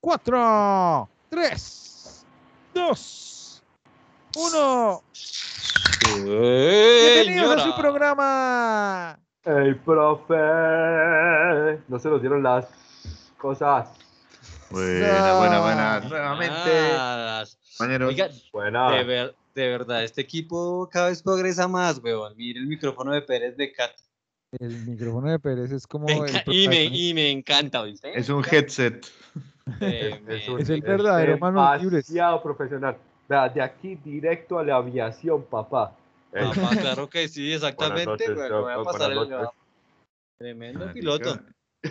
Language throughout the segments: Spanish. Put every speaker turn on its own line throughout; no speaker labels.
4, 3, 2, 1. Bienvenidos a su programa.
El profe. No se nos dieron las cosas.
Buena, buena, buena. Nuevamente.
Nada.
Compañeros.
Ah. Oiga, de,
Buena.
ver- de verdad, este equipo cada vez progresa más, weón. Mira el micrófono de Pérez de Cat.
El micrófono de Pérez es como.
Me
el
enca- y, me,
protagonista.
y me encanta, ¿viste?
Es un headset.
Tremendo.
Es el verdadero Manu Tiures.
demasiado profesional. Vea, De aquí directo a la aviación, papá. Eh,
Papá, claro que sí, exactamente.
Buenas noches,
weón, voy a
doctor,
pasar
buenas
el-
noches.
Tremendo piloto.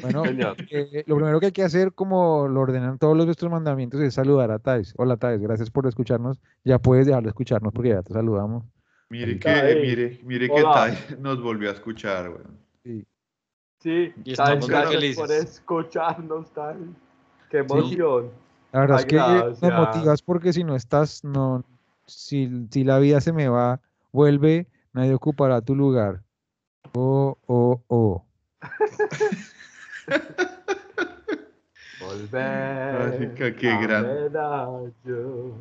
Bueno,
Genial.
eh, lo primero que hay que hacer, como lo ordenan todos los nuestros mandamientos, es saludar a Thais. Hola Thais, gracias por escucharnos. Ya puedes dejar de escucharnos porque ya te saludamos.
Mire que,
Ay.
mire, mire que
Hola.
Tai nos volvió a escuchar, weón.
Sí,
Y
tal,
estamos
muy
gracias
felices.
por escucharnos, tal. Qué emoción.
La verdad
Ay,
es que nos
gracias.
motivas porque si no estás, no, si, si la vida se me va, vuelve, nadie ocupará tu lugar. Oh, oh, oh.
Volver.
Ay, qué- qué
a
grande.
ver a yo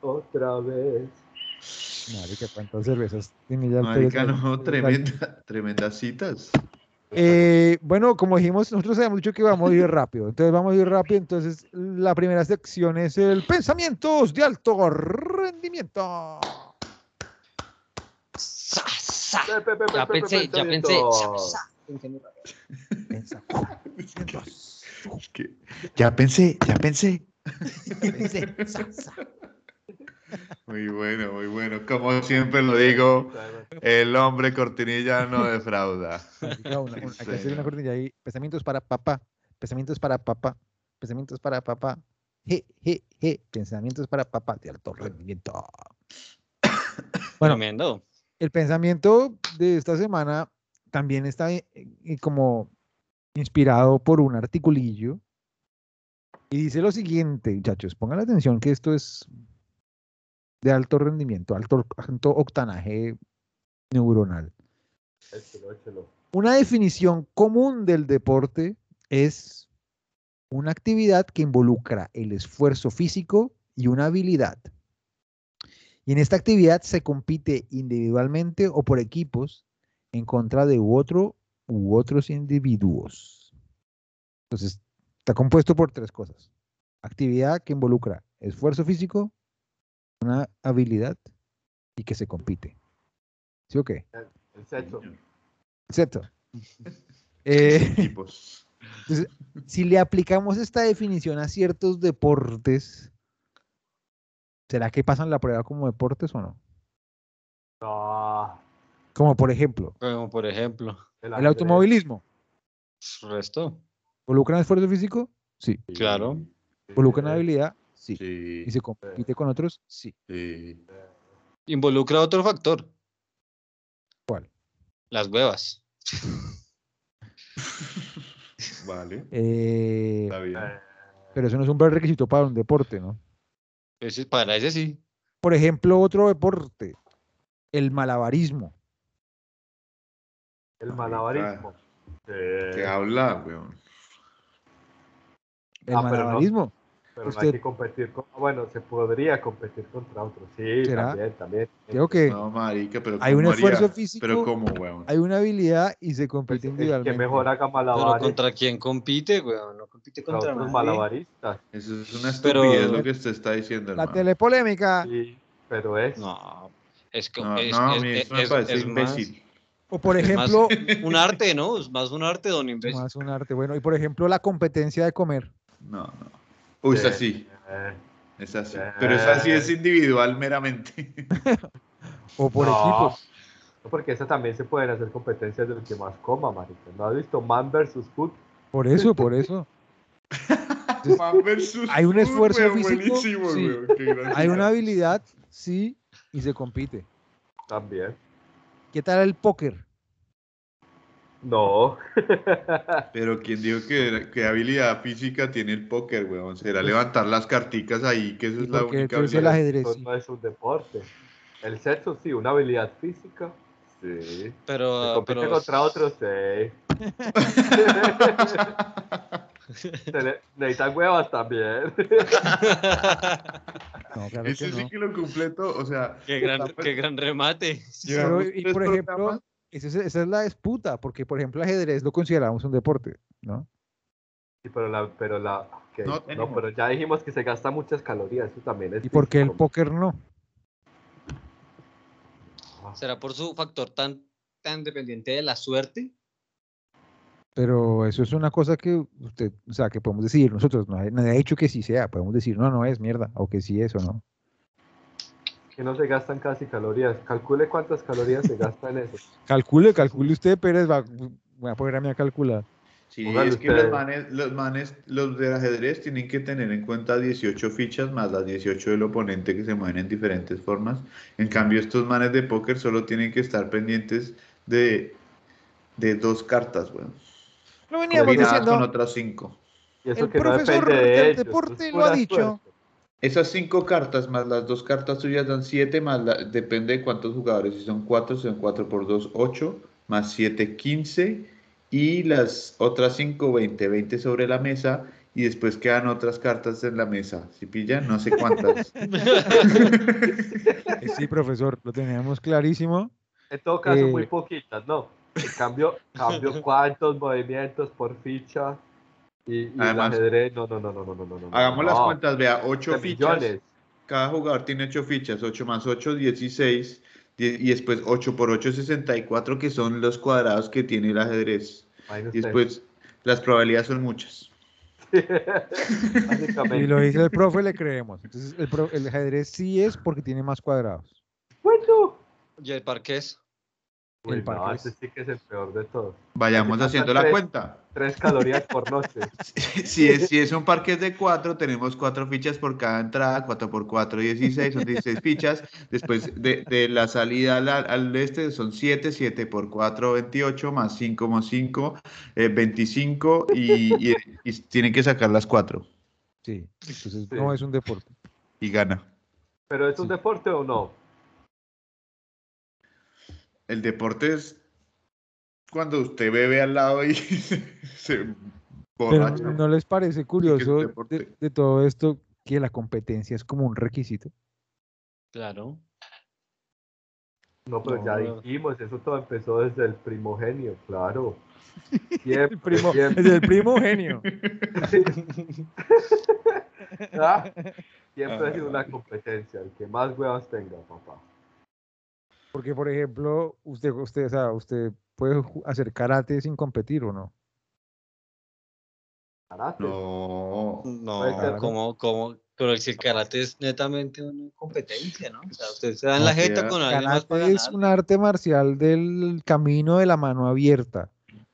Otra vez.
Marica, cuántas cervezas tiene ya el
Marica,
Pérez ahí.
no, tremenda, tremendas citas.
Eh, bueno, como dijimos, nosotros habíamos dicho que vamos a ir rápido. Entonces vamos a ir rápido. Entonces la primera sección es el pensamientos de alto rendimiento.
Pe- pe- pe-
Ya
pe- pe-
pensé, ya
pensamiento.
pensé. Sa, sa.
Pensa-
Es que- Ya pensé, ya pensé.
pensé, sa, sa.
Muy bueno, muy bueno. Como siempre lo digo, el hombre cortinilla no defrauda.
Marica, una- una- hay que hacer
Bueno.
una cortinilla ahí. Pensamientos para papá. Pensamientos para papá. Pensamientos para papá. Je, je, je. Pensamientos para papá de alto rendimiento. Bueno,
Tremendo.
el pensamiento de esta semana también está eh, eh, como inspirado por un articulillo. Y dice lo siguiente, muchachos, pongan atención que esto es de alto rendimiento, alto, alto octanaje neuronal.
Échelo, échelo.
Una definición común del deporte es una actividad que involucra el esfuerzo físico y una habilidad. Y en esta actividad se compite individualmente o por equipos en contra de otro u otros individuos. Entonces, está compuesto por tres cosas. Actividad que involucra esfuerzo físico, una habilidad y que se compite. ¿Sí o qué?
El sexo.
Excepto. Eh,
Equipos.
si le aplicamos esta definición a ciertos deportes, ¿será que pasan la prueba como deportes o no?
Ah,
Como por ejemplo,
Como por ejemplo,
el automovilismo.
resto.
¿Involucran esfuerzo físico? Sí.
Claro.
¿Involucran habilidad? Sí.
Sí,
¿Y se compite con otros? Sí.
sí.
Involucra otro factor.
¿Cuál?
Las huevas.
Vale,
Eh,
está bien.
Eh,
pero eso no es un requisito para un deporte, ¿no?
Ese- para ese sí.
Por ejemplo, otro deporte, el malabarismo.
El malabarismo. Sí,
¿Qué habla, weón?
El
Ah, pero no.
malabarismo.
pero no
usted-
hay que competir con- ah, Bueno, se podría competir contra otros. Sí,
¿Será?
también, también.
Creo que
No, marica, pero
hay un
¿cómo haría?
esfuerzo físico,
Pero cómo, weón.
hay una habilidad y se
Pues,
compite
el que
individualmente.
mejor haga
Pero
malabares.
contra quién compite, weón. No compite
contra
contra nadie.
otros malabaristas.
Eso es una
Pero-
estupidez lo que usted está diciendo,
La
hermano.
telepolémica.
Sí, pero es. eh,
No. Es que
No,
es,
no, a
es-
mí eso
es-
me parece
es más
imbécil.
O por
Es más-
ejemplo,
un arte, ¿no? Es más un arte, don imbécil.
Más un arte. Bueno, y por ejemplo, la competencia de comer.
No, no. Uy, es
Sí,
así,
eh,
es así.
Ah.
Eh.
Pero es así, es individual meramente.
O por
no.
equipos.
No, Porque esas también se pueden hacer competencias del que más coma, marica. ¿No has visto Man versus Food?
Por eso, por eso.
Man versus
Hay un
food,
esfuerzo
weón,
físico,
Buenísimo,
sí.
weón, qué gracioso.
Hay una habilidad, sí, y se compite.
También.
¿Qué tal el póker?
No.
Pero ¿quién dijo que, era- qué habilidad física tiene el póker, weón? Será levantar las carticas ahí, que esa
Y
es la
Pues porque
única
entonces el
habilidad.
ajedrez.
Eso
sí.
no es un deporte. El sexo sí, una habilidad física. Sí. Se
Pero,
compite
pero
contra otros, sí. Se le- necesitan huevas también.
No, claro que
Ese sí
no.
que lo completo, o sea,
qué, gran, qué gran remate.
Pero,
llevamos
y
tres
por ejemplo,
programas.
esa es, esa es la disputa, porque por ejemplo ajedrez lo consideramos un deporte, ¿no?
Sí, pero la, pero la, ok,
No
no,
tenemos.
pero ya dijimos que se gasta muchas calorías, eso también es.
¿Y por qué el
físico.
póker no?
ah,
¿Será por su factor tan, tan dependiente de la suerte?
Pero eso es una cosa que usted, o sea, que podemos decidir nosotros, no, hay- nadie ha dicho que sí sea, podemos decir, no, no es mierda, o que sí es o no.
Que no se gastan casi calorías. Calcule cuántas calorías se gastan en eso.
Calcule, calcule usted, Pérez, va, voy a poner a mí a calcular.
Sí,
Póngale
es que
usted.
los manes, los manes, los del ajedrez tienen que tener en cuenta 18 fichas más las 18 del oponente que se mueven en diferentes formas. En cambio, estos manes de póker solo tienen que estar pendientes de, de dos cartas, bueno,
Lo veníamos
combinadas con
diciendo,
otras cinco.
Y eso
El
que
profesor
no depende de
del
ellos, eso
deporte
es
lo ha
pura
dicho.
suerte.
Esas cinco cartas más las dos cartas tuyas dan siete, más la- depende de cuántos jugadores. Si son cuatro, son cuatro por dos, ocho, más siete, quince. Y las otras cinco, veinte, veinte sobre la mesa. Y después quedan otras cartas en la mesa. Si pillan, no sé cuántas.
Eh, sí, profesor, lo teníamos clarísimo.
En todo caso,
Eh.
muy poquitas, ¿no? En cambio, cambio cuántos movimientos por ficha y, y el
Además-
ajedrez. No, no, no, no, no, no, no. no,
Hagamos las
no.
cuentas, vea, ocho
De
fichas.
millones.
Cada jugador tiene ocho fichas, ocho más ocho, dieciséis. die- Y después ocho por ocho, sesenta y cuatro, que son los cuadrados que tiene el ajedrez.
Imagine
Y
usted.
después, las probabilidades son muchas.
Y
Básicamente.
lo dice el profe, le creemos. Entonces, el, pro- el ajedrez sí es porque tiene más cuadrados.
Bueno.
y el parqués.
El
Uy, no,
parque es-
ese sí que es el peor de todos. Hace
Vayamos
falta
haciendo la
tres.
cuenta.
Tres calorías por noche.
Si es, si es un parque de cuatro, tenemos cuatro fichas por cada entrada, cuatro por cuatro, 16, son 16 fichas. Después de, de la salida al, al este son 7, 7 por 4, 28, más 5, más 5, 25, y, y- y tienen que sacar las cuatro,
Sí, entonces no es un deporte.
y gana.
¿Pero es un deporte o no?
El deporte es cuando usted bebe al lado y se, se
Pero
borracha.
¿no les parece
un
curioso
deporte.
de, de todo esto que la competencia es como un requisito?
Claro.
No, pero
No,
ya
no.
dijimos, eso todo empezó desde el primogenio, claro. Siempre,
El primo,
siempre.
es el primo genio.
Ah, Siempre ha sido
Ah.
una competencia, el que más huevas tenga, papá.
Porque, por ejemplo, usted, usted, o sea, usted puede ju- hacer karate sin competir o no.
Karate.
No.
Puede
No,
ser.
como, como, pero si el karate es netamente una competencia, ¿no? O sea, ustedes se dan la
No,
jeta
sí,
con alguien más para
Karate es
ganar.
un arte marcial del camino de la mano abierta.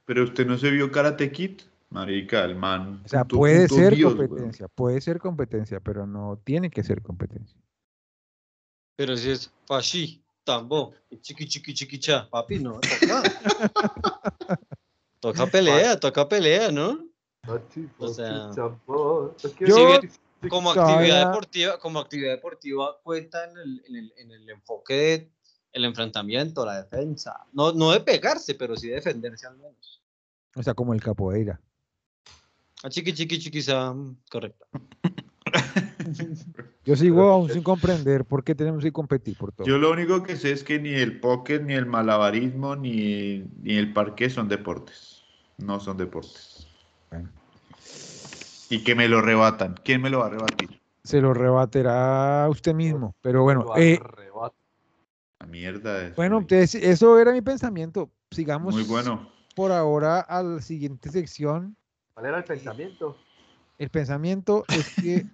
Pero usted no se vio Karate Kid, marica, el man.
O sea,
punto-
puede
punto
ser
Dios, weón.
competencia, puede ser competencia, pero no tiene que ser competencia.
Pero si es fashi, tambo, y chiqui chiqui chiqui cha, papi, no, toca. toca pelea, toca pelea, ¿no? O sea,
Yo-
Si bien como actividad
Todavía-
deportiva, como actividad deportiva cuenta en el, en el, en el enfoque de el enfrentamiento, la defensa. No, no de pegarse, pero sí de defenderse al menos.
O sea, como el capoeira.
A chiqui chiqui chiqui cha, correcto.
Yo sigo aún sin comprender por qué tenemos que competir por todo.
pues Yo lo único que sé es que ni el póker, ni el malabarismo, ni, ni el parque son deportes. No son deportes.
Bueno.
Y que me lo rebatan. ¿Quién me lo va a rebatir?
Se lo rebaterá usted mismo. Pero bueno,
lo
eh,
arrebato.
La mierda es.
bueno, entonces, eso era mi pensamiento. Sigamos
Muy bueno.
por ahora a la siguiente sección.
¿Cuál era el pensamiento?
El pensamiento es que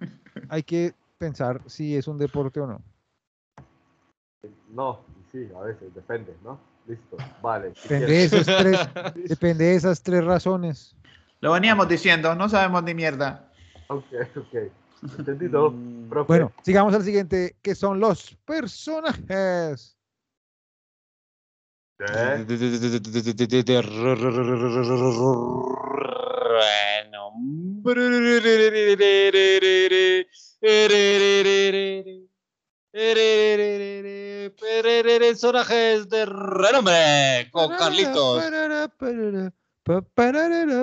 hay que pensar si es un deporte o no.
No, sí, a veces, depende, ¿no? Listo, vale. si
Depende de
quieres.
esas tres, depende de esas tres razones.
Lo veníamos diciendo, no sabemos ni mierda.
Ok, ok. Entendido.
Mm,
profe.
Bueno, sigamos al siguiente, que son los personajes.
¿Eh?
Bueno. Erererere, pererere, Sorajes de renombre con Oh, Carlitos.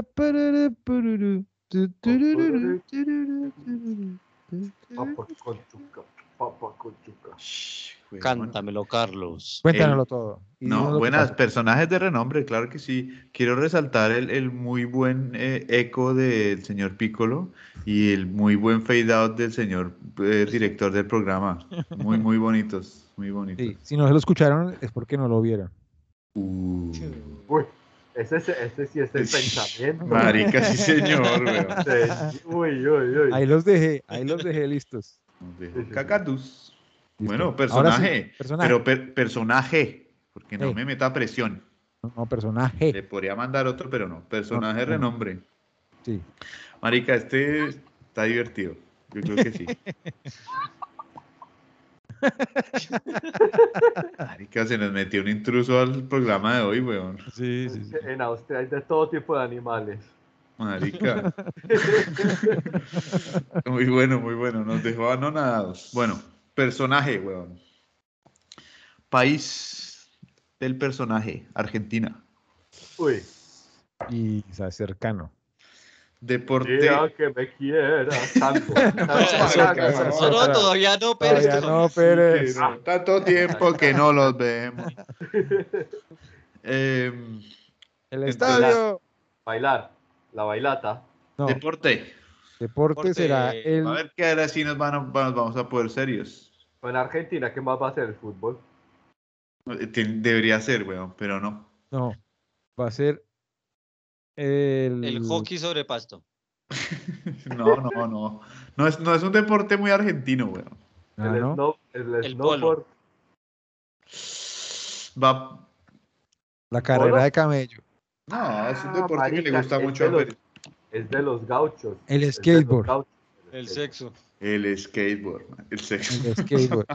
Ah,
Papa
pues,
con yuca, papa con yuca.
Shh, güey,
Cántamelo, Carlos.
Cuéntanoslo todo. y dinos lo
No,
que
buenas,
pasa.
personajes de renombre, claro que sí. Quiero resaltar el, el muy buen eh, eco del señor Piccolo y el muy buen fade out del señor eh, director del programa. Muy, muy bonitos, muy bonitos.
Sí, si no se lo escucharon es porque no lo vieron.
Uh,
Uy, ese, es- ese sí es el pensamiento.
marica, sí señor, weón.
Sí, Uy, uy, uy.
Ahí los dejé, ahí los dejé listos.
Nos
Sí,
dejó
sí,
Cactus.
Listo.
Bueno,
Ahora sí,
personaje,
personaje.
pero per- personaje, porque no
Sí.
me meta presión.
No, personaje.
Le podría mandar otro, pero no. Personaje
No, no.
renombre.
Sí.
Marica, este está divertido. Yo creo que sí. Marica, se nos metió un intruso al programa de hoy, weón.
Sí,
En Austria hay de todo tipo de animales.
Marica. Muy bueno, muy bueno. Nos dejó anonadados. Bueno, personaje, weón. País del personaje, Argentina.
Uy,
Y o sea, cercano.
Deporte.
ah,
quiero que me quiera tanto.
Eso, eso,
No, no,
Otra.
todavía no, pero.
Todavía no, Pérez.
Ah, Tanto tiempo que no los vemos. Em,
El
Entonces,
estadio.
Bailar, la bailata.
No,
deporte.
deporte será
deporte.
el
A ver que ahora sí nos van a- va- vamos a poder serios.
Pero En Argentina, ¿qué más va a ser el fútbol?
Eh, te- Debería ser, weón, pero no.
No, va a ser el,
El hockey sobre pasto.
No, no, no. No es, no es un deporte muy argentino, weón.
Ah,
el
¿no?
snow, el,
El
snowboard.
Va.
La carrera
polo.
de camello.
No, es un
Ah,
deporte que le
marica,
gusta
es
mucho
de
al
los-
Pérez.
Es de los gauchos.
El
es de los
skateboard.
gauchos.
El sexo.
El skateboard, man. el sexo.
El skateboard.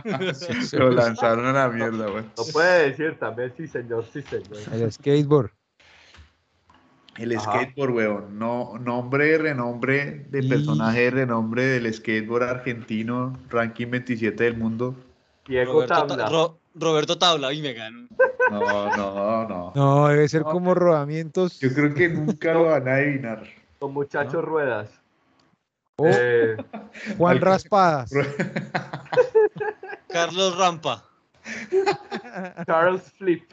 Lo lanzaron a la mierda, weón.
Lo puede decir también, sí, señor, sí, señor.
El skateboard.
El
Ajá.
skateboard, weón. No, nombre, renombre de
Y-
personaje, renombre del skateboard argentino, ranking 27 del mundo.
Diego
Roberto,
Tabla.
Ta- Ro- Roberto Tabla, y me ganó.
No, no, no.
No, debe ser
No,
como rodamientos
Yo creo que nunca lo van a adivinar.
Con muchachos ruedas.
Oh.
o
Eh,
Juan
al-
Raspadas.
Carlos Rampa.
Charles Flip.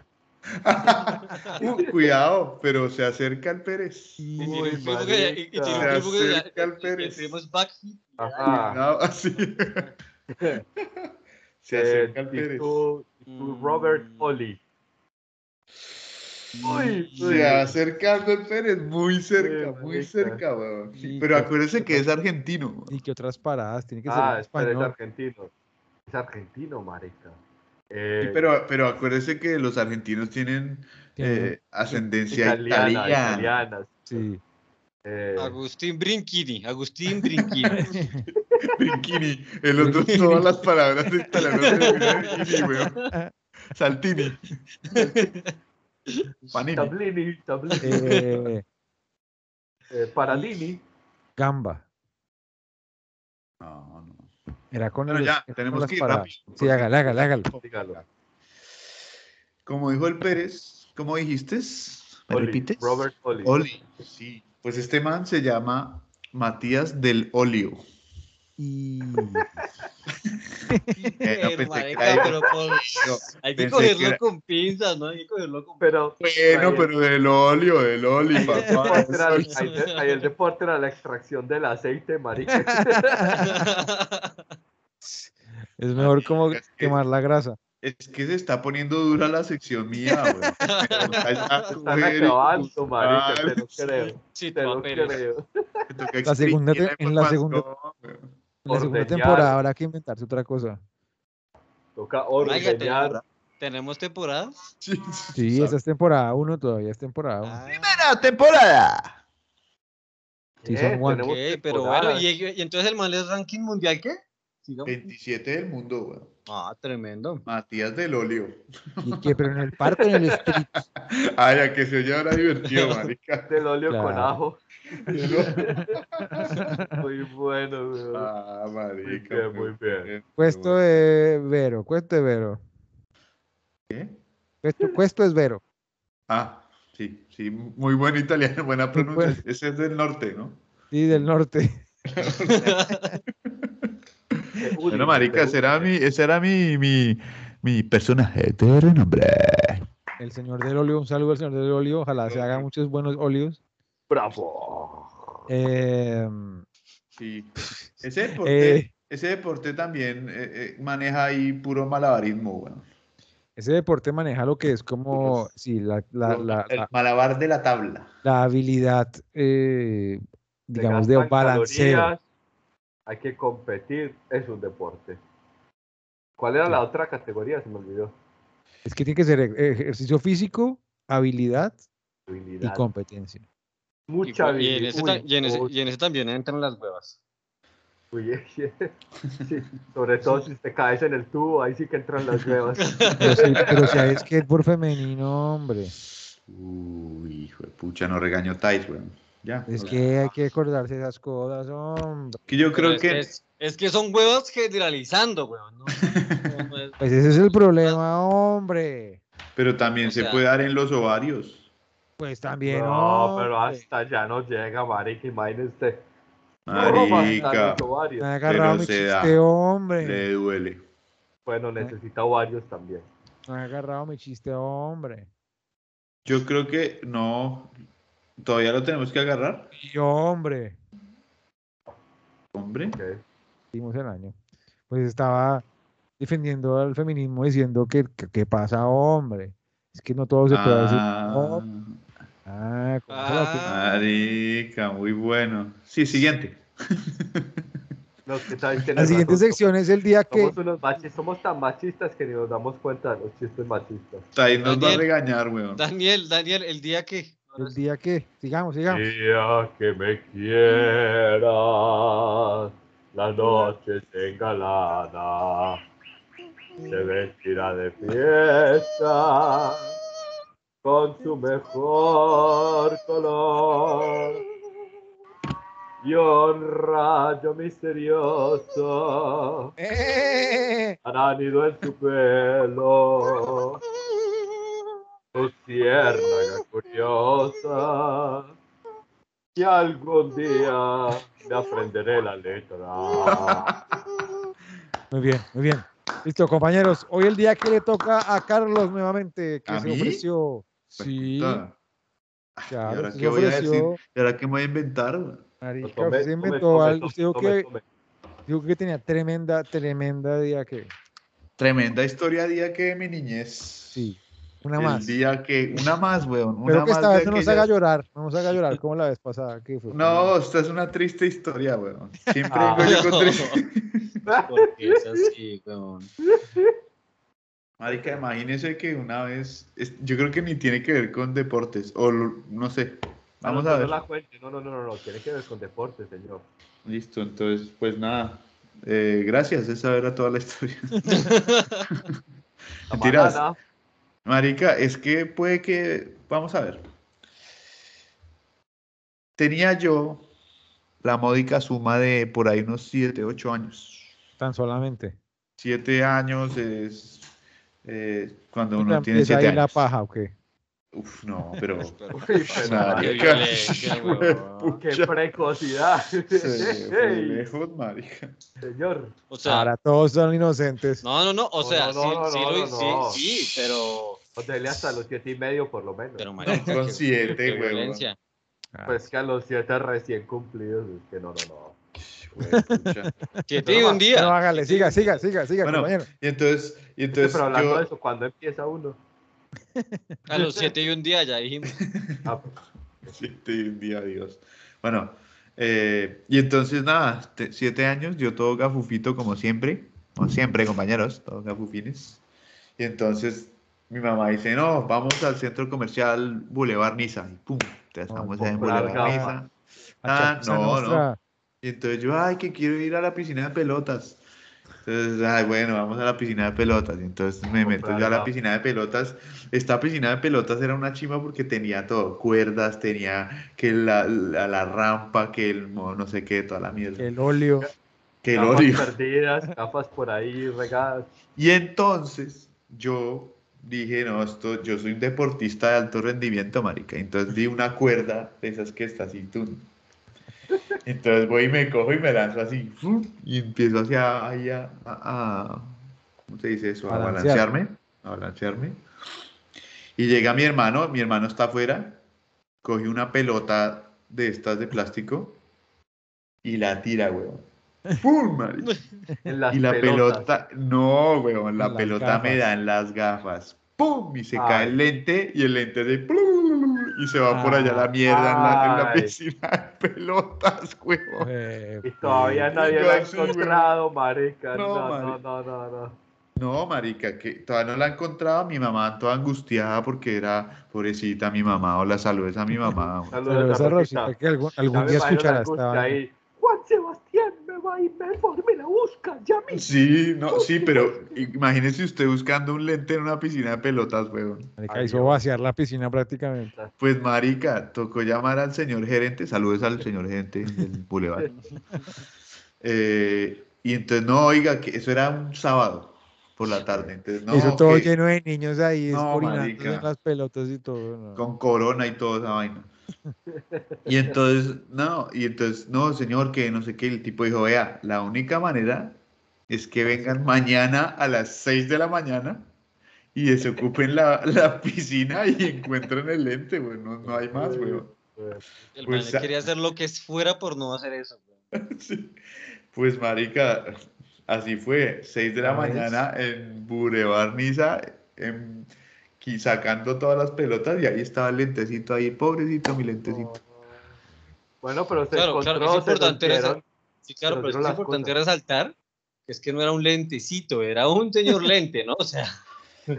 Uh, cuidado, pero se acerca al Pérez.
Y tiene
Uy,
un primo que- y- y tiene un
marica.
primo que-
Se acerca al
y- y
Pérez.
tenemos backflip.
Ajá.
Cuidado, así. Se acerca al
Eh,
Pérez.
Titu- Titu Robert
Mm.
Oli.
Mm,
Uy, uy.
Se acerca al Pérez, muy cerca,
Sí,
muy
marica.
cerca, weón.
Sí,
Pero
claro.
acuérdese que es argentino.
¿Y qué otras paradas? Tiene que ser
Ah,
en
espera, es
español.
argentino. Es argentino, marica. Eh,
Sí, pero, pero acuérdese que los argentinos tienen
Tiene-
eh, ascendencia
italiana,
italiana.
italiana.
sí.
Eh,
Agustín Brinchini, Agustín Brinchini.
Brinchini, el otro, todas las palabras de italiano se le vienen a Brinchini, weón. Saltini. Panini.
Tablini, Tablini.
Eh,
eh, Paralini.
gamba.
No, no.
Era con
Bueno,
los-
ya,
era con
tenemos
las
que ir
paradas.
rápido,
Sí,
porque-
hágale, hágale, hágale.
Dígalo.
Como dijo el Pérez, ¿cómo dijiste? ¿Me
Oli,
repites?
Robert Oli.
Oli, sí. Pues este man se llama Matías del Olio.
Y
Bueno,
Pero,
pensé que
marica,
era-
pero por-
No,
hay que
pensé
cogerlo
era-
con pinzas, ¿no? Hay que cogerlo con pinzas.
Pero
Bueno,
Ahí
pero del Olio, del Oli,
ahí el
papá.
Ah,
deporte era-
Eso-
ahí de- ahí el deporte era la extracción del aceite, marica.
es mejor como
es que-
quemar la grasa.
Es que se está poniendo dura la sección mía, güey.
Están acabando, marica, te lo creo.
Sí,
Te lo
Juan Pérez.
creo.
La segunda te- en la segunda- En la segunda
Ordeñar.
temporada habrá que inventarse otra cosa.
Toca
Marica,
ordeñar.
¿Tenemos temporada?
Sí, esa es temporada 1, todavía es temporada
Ah,
1.
Ah. Primera temporada.
Sí,
Eh,
son one.
ok,
tenemos
pero
temporada.
bueno, ¿y, y entonces el mal es ranking mundial qué? Sigamos.
27 del mundo, weón.
Ah, tremendo.
Matías del Olio.
¿Y qué? Pero en el parque, en el street.
Ay, a que se oye ahora divertido, marica.
Del óleo
Claro.
con ajo. Muy bueno, weón.
Ah,
Muy
marica.
bien, muy bien.
Eh,
Cuesto de Vero, cuesto de Vero.
¿Qué?
Cuesto, cuesto es Vero.
Ah, sí, sí, muy buen italiano, buena
Muy bueno.
pronunciación. Ese es del norte, ¿no?
Sí,
Mm.
del norte.
Eh, Uli,
Bueno, marica,
pregunta,
ese era mi, ese era mi, mi, mi personaje de renombre.
El señor del óleo, un saludo al señor del óleo. Ojalá se hagan muchos buenos óleos.
Bravo.
Eh,
Sí. Ese deporte,
Eh.
ese deporte también eh, eh, maneja ahí puro malabarismo, bueno.
ese deporte maneja lo que es como, sí, la, la- la-
el
la-
malabar de la tabla.
la habilidad, eh,
Se
digamos, de
gastan
balanceo.
calorías, hay que competir, es un deporte. ¿Cuál era la otra categoría? Se me olvidó.
Es que tiene que ser ej- ejercicio físico, habilidad y
Habilidad.
competencia.
Y,
Mucha
cu- y en
habilidad.
ese,
Uy,
ta- y en ese-
uy,
y en ese también entran las huevas.
uy, eh, sí, sobre todo si te caes en el tubo, ahí sí que entran las huevas.
Pero si, pero si hay skateboard femenino, hombre.
Uy, hijo de pucha, no regaño Tais, weón. Ya.
Es
no.
que hay que acordarse de esas cosas, hombre.
Que yo
Pero
creo
es
que.
Es, es que son huevas generalizando, huevón. ¿no? No, no es-
Pues ese es el problema, hombre.
Pero también
O
se
sea-
puede dar en los ovarios.
Pues también.
no, pero
hombre.
hasta allá no llega, marica, imagínese.
Marica.
Me ha
varios.
agarrado
pero
mi
se da.
chiste, hombre.
Le duele.
Bueno, necesita varios también.
Me ha agarrado mi chiste, hombre.
Yo creo que no. Todavía lo tenemos que agarrar.
Y hombre.
Hombre.
ok.
Dimos el año. Pues estaba defendiendo al feminismo diciendo que, que, que pasa, hombre. Es que no todo Pues se puede decir.
Ah,
Ah, ¿cómo se la tuvo?
marica, muy bueno. Sí, siguiente.
No, que sabes que
La siguiente sección es el día que.
Somos, unos machi- somos tan machistas que ni nos damos cuenta de los chistes machistas.
Tais nos va a
Daniel.
regañar, weón.
Daniel, Daniel, el día que.
El día que. Sigamos, sigamos.
día que me quieras, la noche se engalana, se vestirá de fiesta con su mejor color. Y un rayo misterioso
¡Eh!
hará nido en su pelo. Luciérnaga curiosa. Y algún día me aprenderé la letra.
Muy bien, muy bien. Listo, compañeros. Hoy el día que le toca a Carlos nuevamente, que
¿A
se
mí?
ofreció. Sí,
Ah, ¿Y
claro.
ahora
usted
qué
Se
voy a decir? Pues,
ofreció.
¿Y ahora qué me voy a inventar, weón?
marica,
Tome,
usted se
tome,
inventó
tome,
algo.
tome,
Usted dijo
tome,
que,
tome.
dijo que tenía tremenda, tremenda día que.
Tremenda historia día que de mi niñez.
Sí, una
El
más.
día que. Una más, weón. Una
Pero que
más
esta
de
vez no nos
aquellas-
haga llorar. No nos haga llorar como la vez pasada. que fue?
No, esta es una triste historia, weón. Siempre
Ah.
vengo yo con triste.
Porque es así, huevón.
Marica, imagínese que una vez, es- yo creo que ni tiene que ver con deportes, o lo- no sé. Vamos
no,
a
no
ver.
la cuente, No, no, no, no, no, tiene que ver con deporte, señor.
Listo, entonces, pues nada. Eh, gracias, esa era toda la historia.
La
Mentiras.
banana,
Marica, es que puede que, vamos a ver. Tenía yo la módica suma de por ahí unos 7, 8 años.
Tan solamente.
7 años es eh, cuando
Ya
uno tiene
empieza
7
ahí la
años.
paja, ¿o qué?
Uf, no, pero...
Qué
Marica.
violencia, huevón.
¡Qué
Pucha.
precocidad!
Se fue
Ey,
lejos, marica.
señor,
O sea,
Ahora todos son inocentes.
no, no, no. O
No,
sea,
no,
sí,
no,
sí,
no,
lo-
no,
sí,
no.
sí, pero.
dele hasta los siete y medio por lo menos.
Pero, marica,
con
qué-
siete,
qué
huevón.
violencia.
Ah,
Pues que a los siete recién cumplidos, es que no, no, no.
Juepucha.
Siete y
Pero
un día.
hágale, siga, siga, siga, siga,
Bueno,
compañero.
Y entonces, y entonces
Pero hablando
yo-
de eso, ¿cuándo empieza uno?
A los siete y un día ya dijimos.
Ah, pues,
siete y un día, Dios. Bueno, eh, y entonces nada, te- siete años, yo todo gafufito como siempre, como siempre, compañeros, todos gafufines. Y entonces mi mamá dice, no, vamos al centro comercial Boulevard Niza. Y pum, te estamos en
comprar
Boulevard
gafas.
Niza.
A
Ah,
Chapuza
no, no.
Nostra.
Y entonces yo, ay, que quiero ir a la piscina de pelotas. Entonces, ay, bueno, vamos a la piscina de pelotas. Entonces me meto yo a la piscina de pelotas. Esta piscina de pelotas era una chima porque tenía todo, cuerdas, tenía que la, la, la rampa, que el mo- no sé qué, toda la mierda.
El óleo.
Que el
Gafas
orio.
perdidas, gafas por ahí regadas.
Y entonces yo dije, no, esto, yo soy un deportista de alto rendimiento, marica. Entonces di una cuerda de esas que está así, tú. Entonces voy y me cojo y me lanzo así, ¡fum! y empiezo hacia ahí a, a- a- ¿cómo se dice eso? A
Balancear.
balancearme, a balancearme. Y llega mi hermano, mi hermano está afuera, coge una pelota de estas de plástico y la tira, weón. ¡Pum, marica!
En las
Y la
pelotas.
pelota, no, weón, la
Las
pelota
gafas.
me dan las gafas. ¡Pum! Y se
Ay.
cae el lente y el lente de plum, y se va por allá la mierda en la, en la
Ay.
piscina de pelotas, weón.
Eh,
Y todavía nadie
Yo
la ha
sí, güey.
encontrado, marica.
No,
No, no,
marica.
no, no, no.
No, marica, que todavía no la encontraba mi mamá toda angustiada porque era pobrecita mi mamá. Hola, saludes a mi mamá. weón.
Pero
Saludos
esa
a
Rosita que algún, algún día escuchará esta vaina.
ahí. Juan Sebastián me va y me forme la busca, ya mismo.
Sí, no, sí, pero imagínese usted buscando un lente en una piscina de pelotas, weón.
Marica, hizo vaciar la piscina prácticamente.
Pues marica, tocó llamar al señor gerente, saludos al señor gerente del Boulevard. Eh, y entonces, no, oiga, que eso era un sábado por la tarde, entonces no,
hizo todo
que
lleno de niños ahí,
No,
orinándose
marica.
en las pelotas y todo. ¿no?
con corona y toda esa vaina. Y entonces, no, y entonces, no, señor, que no sé qué, el tipo dijo, vea, la única manera es que vengan mañana a las 6 de la mañana y desocupen la, la piscina y encuentren el lente, güey, no, no hay más, güey.
El
Pues,
man
ah.
quería hacer lo que fuera por no hacer eso. güey.
Sí. Pues marica, así fue, 6 de la
¿Sabes?
mañana en Boulevard Niza, en- qui- sacando todas las pelotas y ahí estaba el lentecito ahí, pobrecito mi lentecito.
Bueno, pero se
Claro,
encontró,
claro, es
se
importante
consiguieron.
esa- Sí, claro,
Pero
pero,
yo
es
las
importante resaltar que es que no era un lentecito, era un señor lente, ¿no? O sea,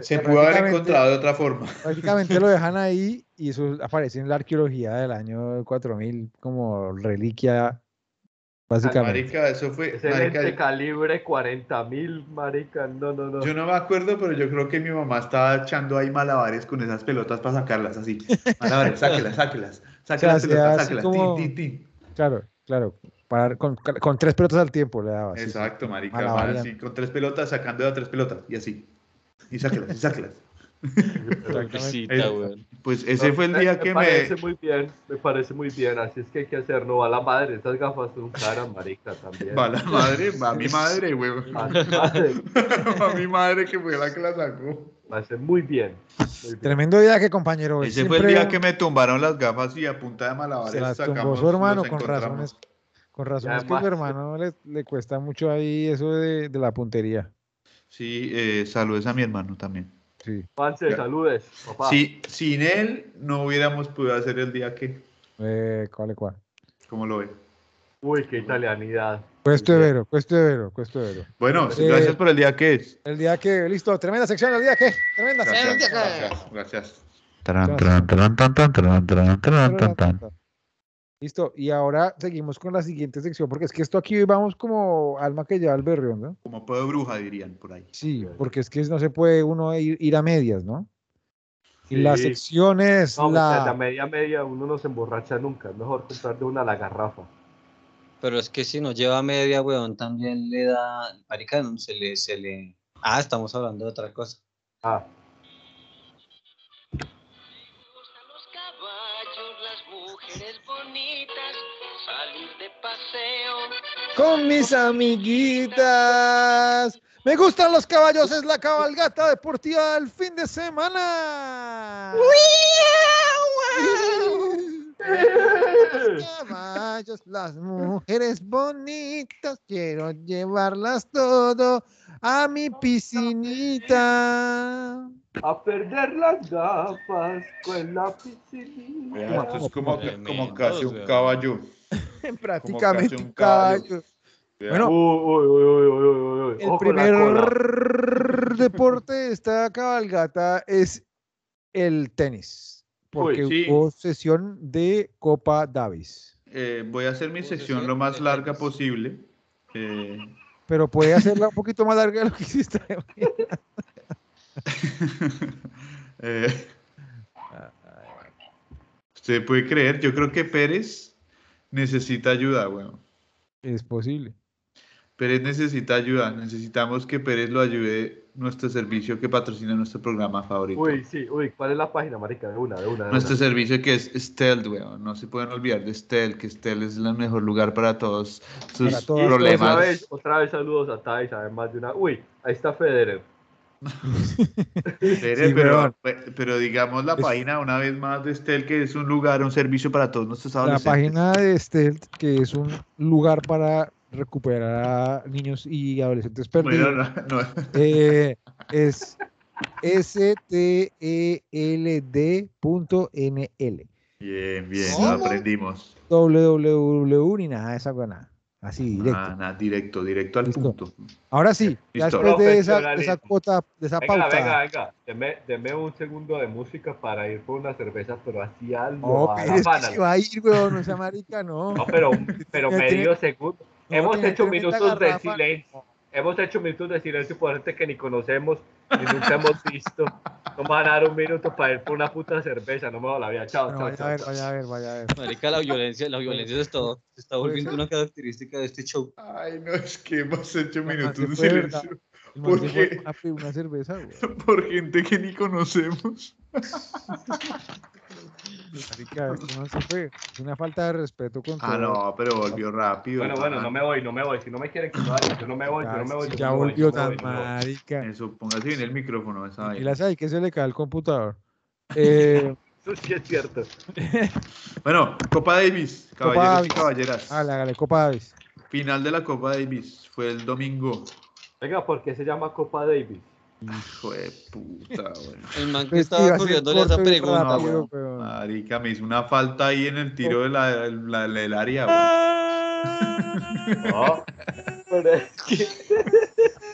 Se pudo
prácticamente-
haber encontrado de otra forma.
Prácticamente lo dejan ahí y eso aparece en la arqueología del año 4000 como reliquia, básicamente.
Marica, eso fue,
Ese
marica,
lente calibre 40 mil, marica. No, no, no.
yo no me acuerdo, pero yo creo que mi mamá estaba echando ahí malabares con esas pelotas para sacarlas así. Malabares, sáquelas, sáquelas, saque
sea,
las pelotas,
así
sáquelas,
como- Ah,
tin, tin, tin.
Claro, claro. para- con, con tres pelotas al tiempo le daba. sí, sí.
Exacto, marica,
Malabares.
así, con tres pelotas, sacando de a tres pelotas, y así. Y sáquelas, y sáquelas.
pobrecita,
Eh,
güey.
Pues ese fue el
Me-
día que
me
me...
parece muy bien, me parece muy bien, así es que hay que hacerlo. A la madre, esas gafas son caras, marica, también.
Va la madre, va mi madre, huevón.
A la madre,
Va mi madre que fue la que la sacó.
parece muy bien. muy bien.
Tremendo viaje, compañero.
Ese fue el
Siempre
día que me tumbaron las gafas y a punta de malabares
se las tumbó
sacamos,
su hermano
nos
con
encontramos.
razones. Con razones que
además-
su hermano le, le cuesta mucho ahí eso de, de la puntería.
Sí, eh, saludes a mi hermano también.
Sí,
Juanse,
Ya.
saludes, papá.
Sí, sin él no hubiéramos podido hacer el día que,
eh, cuál es cuál.
como lo ve.
Uy, qué italianidad.
Cuesto de vero, cuesto de vero, cuesto de vero.
Bueno,
Eh,
gracias por el día que es.
El día que, listo, tremenda sección, el día que, tremenda
Gracias,
sección.
gracias, gracias.
Tran, tran, tran, tan, tan, tran, tran, tran, tan, tan.
Listo, y ahora seguimos con la siguiente sección, porque es que esto aquí hoy vamos como alma que lleva al berrión, ¿no?
Como puedo bruja dirían por ahí.
Sí, porque es que no se puede uno ir, ir a medias, ¿no? Y la
Sí.
sección es
No, muchachos, la
la...
media media uno no se emborracha nunca. Es mejor comprar de una a la garrafa.
Pero es que si nos lleva media, weón, también le da. Marica, no, se le, se le. Ah, estamos hablando de otra cosa.
Ah,
gustan los caballos, las mujeres bonitas, salir de paseo.
Con mis amiguitas. Me gustan los caballos, es la cabalgata deportiva del fin de semana. caballos, las mujeres bonitas, quiero llevarlas todo a mi piscinita.
a perder las gafas con la piscinita.
Vea, esto es como,
Tremendos,
como casi un
weón.
caballo.
Prácticamente
un
un
caballo.
caballo.
Vea,
Bueno,
Uy, uy, uy, uy, uy, uy, uy.
El
Ojo con la cola.
primer deporte de esta cabalgata es el tenis, porque
sí.
hubo sesión de Copa Davis.
eh, voy a hacer mi
Vamos a
sección
hacer
lo más larga
detalles.
posible. Eh,
pero puede hacerla un poquito más larga de lo que hiciste.
Eh, Usted puede creer, yo creo que Pérez necesita ayuda, weón.
es posible.
Pérez necesita ayuda. Necesitamos que Pérez lo ayude nuestro servicio que patrocina nuestro programa favorito.
Uy, sí, uy, ¿cuál es la página, marica? De una, de una. de
Nuestro
una.
servicio que es Stealth, weón. No se pueden olvidar de Stealth, que Stealth es el mejor lugar para todos sus
Para todas
problemas.
Otra vez, otra vez saludos a Thais, además de una. Uy, ahí está Federer.
Pere,
Sí,
pero,
weón.
pe- pero digamos la
Es-
página una vez más de Stealth, que es un lugar, un servicio para todos nuestros
La
adolescentes.
página de Stealth, que es un lugar para recuperar a niños y adolescentes perdidos.
Bueno, no, no.
Eh, es E steld.nl.
Bien, bien,
¿Cómo?
lo aprendimos.
www ni nada de esa buena. Así, directo.
Ah, na, directo, directo al
Listo.
punto.
Ahora sí, ya
Listo.
después de esa, de
Profesionalismo.
esa cuota, de esa
Venga,
pauta.
venga, venga. Deme, deme un segundo de música para ir por una cerveza, pero así algo.
No,
a
pero
la
es que
pana.
se va a ir, weón, no sea marica, no.
No, pero, pero
Tiene-
medio segundo.
No,
Hemos
tiene
hecho
tremenda
minutos de
garrafa.
silencio. Hemos hecho minutos de silencio por gente que ni conocemos ni nunca hemos visto. No me van a dar un minuto para ir por una puta cerveza. No me va la vida. Chao,
Bueno,
chao,
vaya a ver,
chao, chao.
vaya a ver, vaya a ver.
Marica, la violencia, la violencia se está, se está volviendo una característica de este show.
Ay, no, es que hemos hecho
Además,
minutos
se
de
Ah, fue, ¿verdad?
silencio
El man
¿Por
se fue
qué?
con Una, pe- una cerveza, weón.
por gente que ni conocemos.
Marica, eso no se fue. Es una falta de respeto con
Ah,
todo.
no, pero volvió rápido.
Bueno, bueno, no me voy, no me voy. Si no me quieren que me vaya, yo no me voy, yo no me voy.
Ya,
yo
ya
no me voy,
volvió
yo no
tan
me voy, yo no me voy.
marica.
Eso, póngase bien el micrófono. Esa
Y
vaina.
las hay que se le cae el computador. Eh,
Eso sí es cierto.
Bueno, Copa Davis,
Copa
caballeros y
Davis.
caballeras.
hágale, hágale, Copa Davis.
Final de la Copa Davis fue el domingo.
Venga, ¿por qué se llama Copa Davis?
Joder, puta, weón.
El man
Pues,
que
iba
estaba
a ser
corriéndole esa
corto y
pregunta.
rápido,
weón.
pero-
Ah,
Marica, me hizo una falta ahí en el tiro de la- la- del área, weón.
No. Pero es que-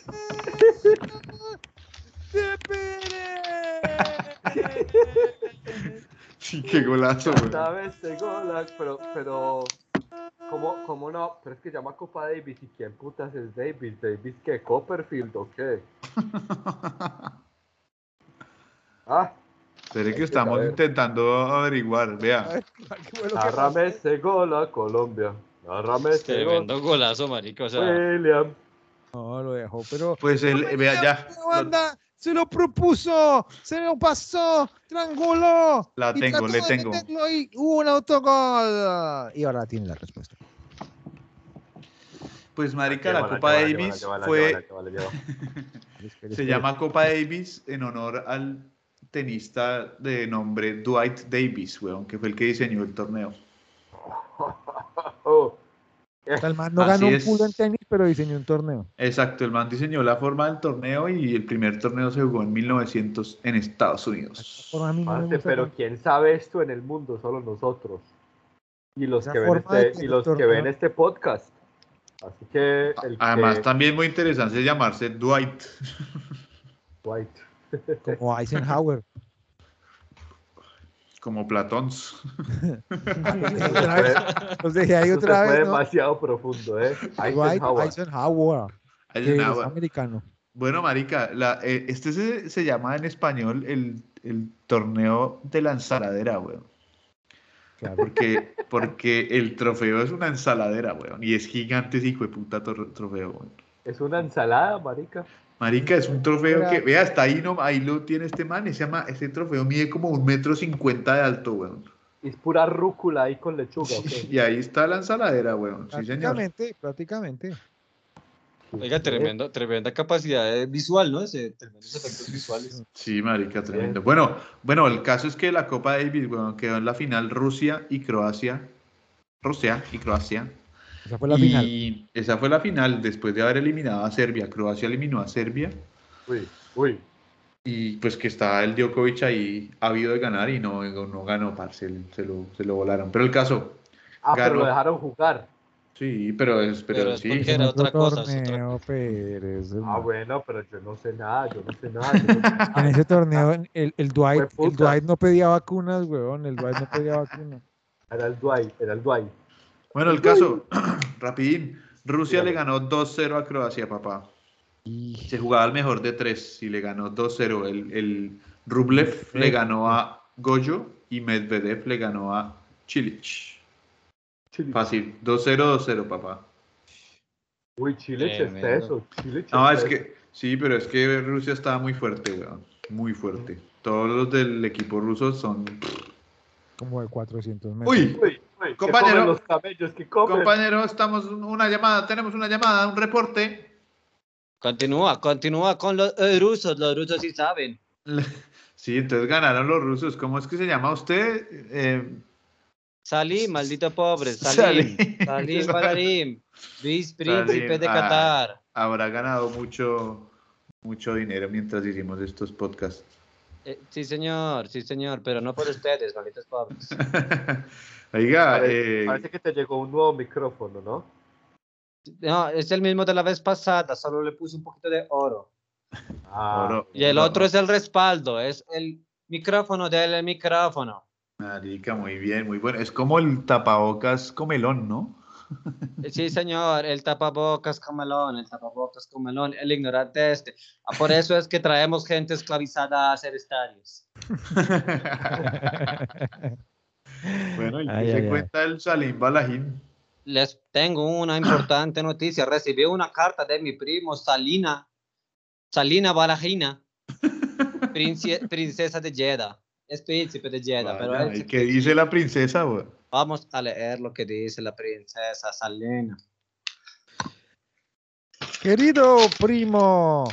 Sí, qué golazo,
Cada
weón.
vez tengo las, pero, pero, ¿cómo, ¿cómo no? Pero es que llama Copa Davis y quién putas es Davis, Davis qué, Copperfield o qué. Ah,
Espere
Hay
que
que
estamos
saber.
intentando averiguar, vea.
¿Qué fue lo que
agárrame ese gol a Colombia, agárrame ese gol.
Tremendo golazo, marica. O sea,
William,
No, lo dejó, pero.
Pues el, vea ya.
La banda se lo propuso, se lo pasó, trianguló.
La
y
tengo,
trató
le
de
tengo.
meterlo Y hubo un autogol. Y ahora tiene la respuesta.
Pues marica, la
Llévala,
Copa
llévala,
Davis
llévala, llévala,
fue,
llévala, llévala, llévala.
se llama Copa Davis en honor al tenista de nombre Dwight Davis, weón, que fue el que diseñó el torneo.
Oh,
O sea, el man no
Así
ganó un
es.
culo en tenis, pero diseñó un torneo.
Exacto, el man diseñó la forma del torneo y el primer torneo se jugó en 1900 en Estados Unidos.
Por a mí no me
parce,
gusta
pero
tanto.
quién sabe esto en el mundo, solo nosotros. Y los
Esa
que ven
forma de
este, y los que
torneo.
ven este podcast. Así que el
Además,
que...
también muy interesante llamarse Dwight.
White.
como Eisenhower.
Como Platons.
Los dejé
Eso
otra vez,
fue-
los dejé ahí
eso se
otra
fue
vez. ¿no?
demasiado profundo, ¿eh?
Dwight
Eisenhower.
Eisenhower, que es
Eisenhower.
americano.
Bueno, Marica, la- eh, este se, se llama en español el, el torneo de la ensaladera, weón.
Claro.
Porque, porque el trofeo es una ensaladera, weón. Y es gigante ese hijo de puta tor- trofeo, weón.
Es una ensalada, marica.
Marica, es un trofeo que, vea, hasta ahí, no, ahí lo tiene este man. Ese, ma- ese trofeo mide como un metro cincuenta de alto, weón.
Es pura rúcula ahí con lechuga. ¿ok?
Y ahí está la ensaladera, weón. Sí, señor.
prácticamente, prácticamente.
pues, eh,
oiga, tremendo, tremenda capacidad eh, visual, ¿no? Ese, tremendos efectos visuales.
Sí, marica, tremendo. Bueno, bueno, el caso es que la Copa Davis, weón, quedó en la final Rusia y Croacia. Rusia y Croacia.
Esa fue la
y
final.
esa fue la final, después de haber eliminado a Serbia. Croacia eliminó a Serbia.
Uy, uy.
Y pues que está el Djokovic ahí ávido de ganar y no, no ganó, parce, se, lo, se lo volaron. Pero el caso,
Ah,
Ganó.
pero lo dejaron jugar.
sí, pero es, pero,
Pero es
sí.
porque
En
era
otro
otra cosa, es otra
torneo, Pérez,
Ah,
hermano.
bueno, pero yo no sé nada, yo no sé nada. yo no sé nada.
En ese torneo, el, el, Dwight, el
Jueputa.
Dwight no pedía vacunas, weón. El Dwight no pedía vacunas.
Era el Dwight, era el Dwight.
Bueno, el caso, rapidín, Rusia
Dígame.
le ganó 2-0 a Croacia, papá. Se jugaba el mejor de tres y le ganó 2-0. El, el Rublev le ganó a Goyo y Medvedev le ganó a Chilich. Fácil, 2-0, 2-0, papá.
Uy, Chile
Tremendo.
está eso. Chile
No, es
chestezo.
que, sí, pero es que Rusia estaba muy fuerte, weón. Muy fuerte. Todos los del equipo ruso son.
Como de 400 metros.
¡Uy!
Uy, uy, ¿qué
Compañero.
comen los cabellos que comen.
Compañero, estamos una llamada, tenemos una llamada, un reporte.
Continúa, continúa con los eh, rusos. Los rusos sí saben.
Sí, entonces ganaron los rusos. ¿Cómo es que se llama usted? Eh,
Salí, maldito pobre.
Salí.
Salí. Salí,
Salí.
bailarín. Luis, príncipe de
ah.
Qatar.
habrá ganado mucho, mucho dinero mientras hicimos estos podcasts.
Eh, sí, señor, sí, señor. Pero no por ustedes, malditos pobres.
Oiga,
Parece,
eh,
parece que te llegó un nuevo micrófono, ¿no?
No, es el mismo de la vez pasada. Solo le puse un poquito de oro.
Ah,
oro,
Y el
oro.
otro es el respaldo. Es el micrófono del micrófono.
Marica, muy bien, muy bueno. Es como el tapabocas comelón, ¿no?
Eh, Sí, señor, el tapabocas comelón, el tapabocas comelón, el ignorante este. Ah, Por eso es que traemos gente esclavizada a hacer estadios.
bueno, ¿y qué
Ay,
se
ay, ay.
cuenta el Salim Balajín?
Les tengo una importante noticia. Recibí una carta de mi primo Salina, Salina Barajina, princi- princesa de Jeddah. Es príncipe de Jeddah, pero
Vaya,
es-
¿y ¿Qué dice la princesa? bo?
vamos a leer lo que dice la princesa Salina.
Querido primo.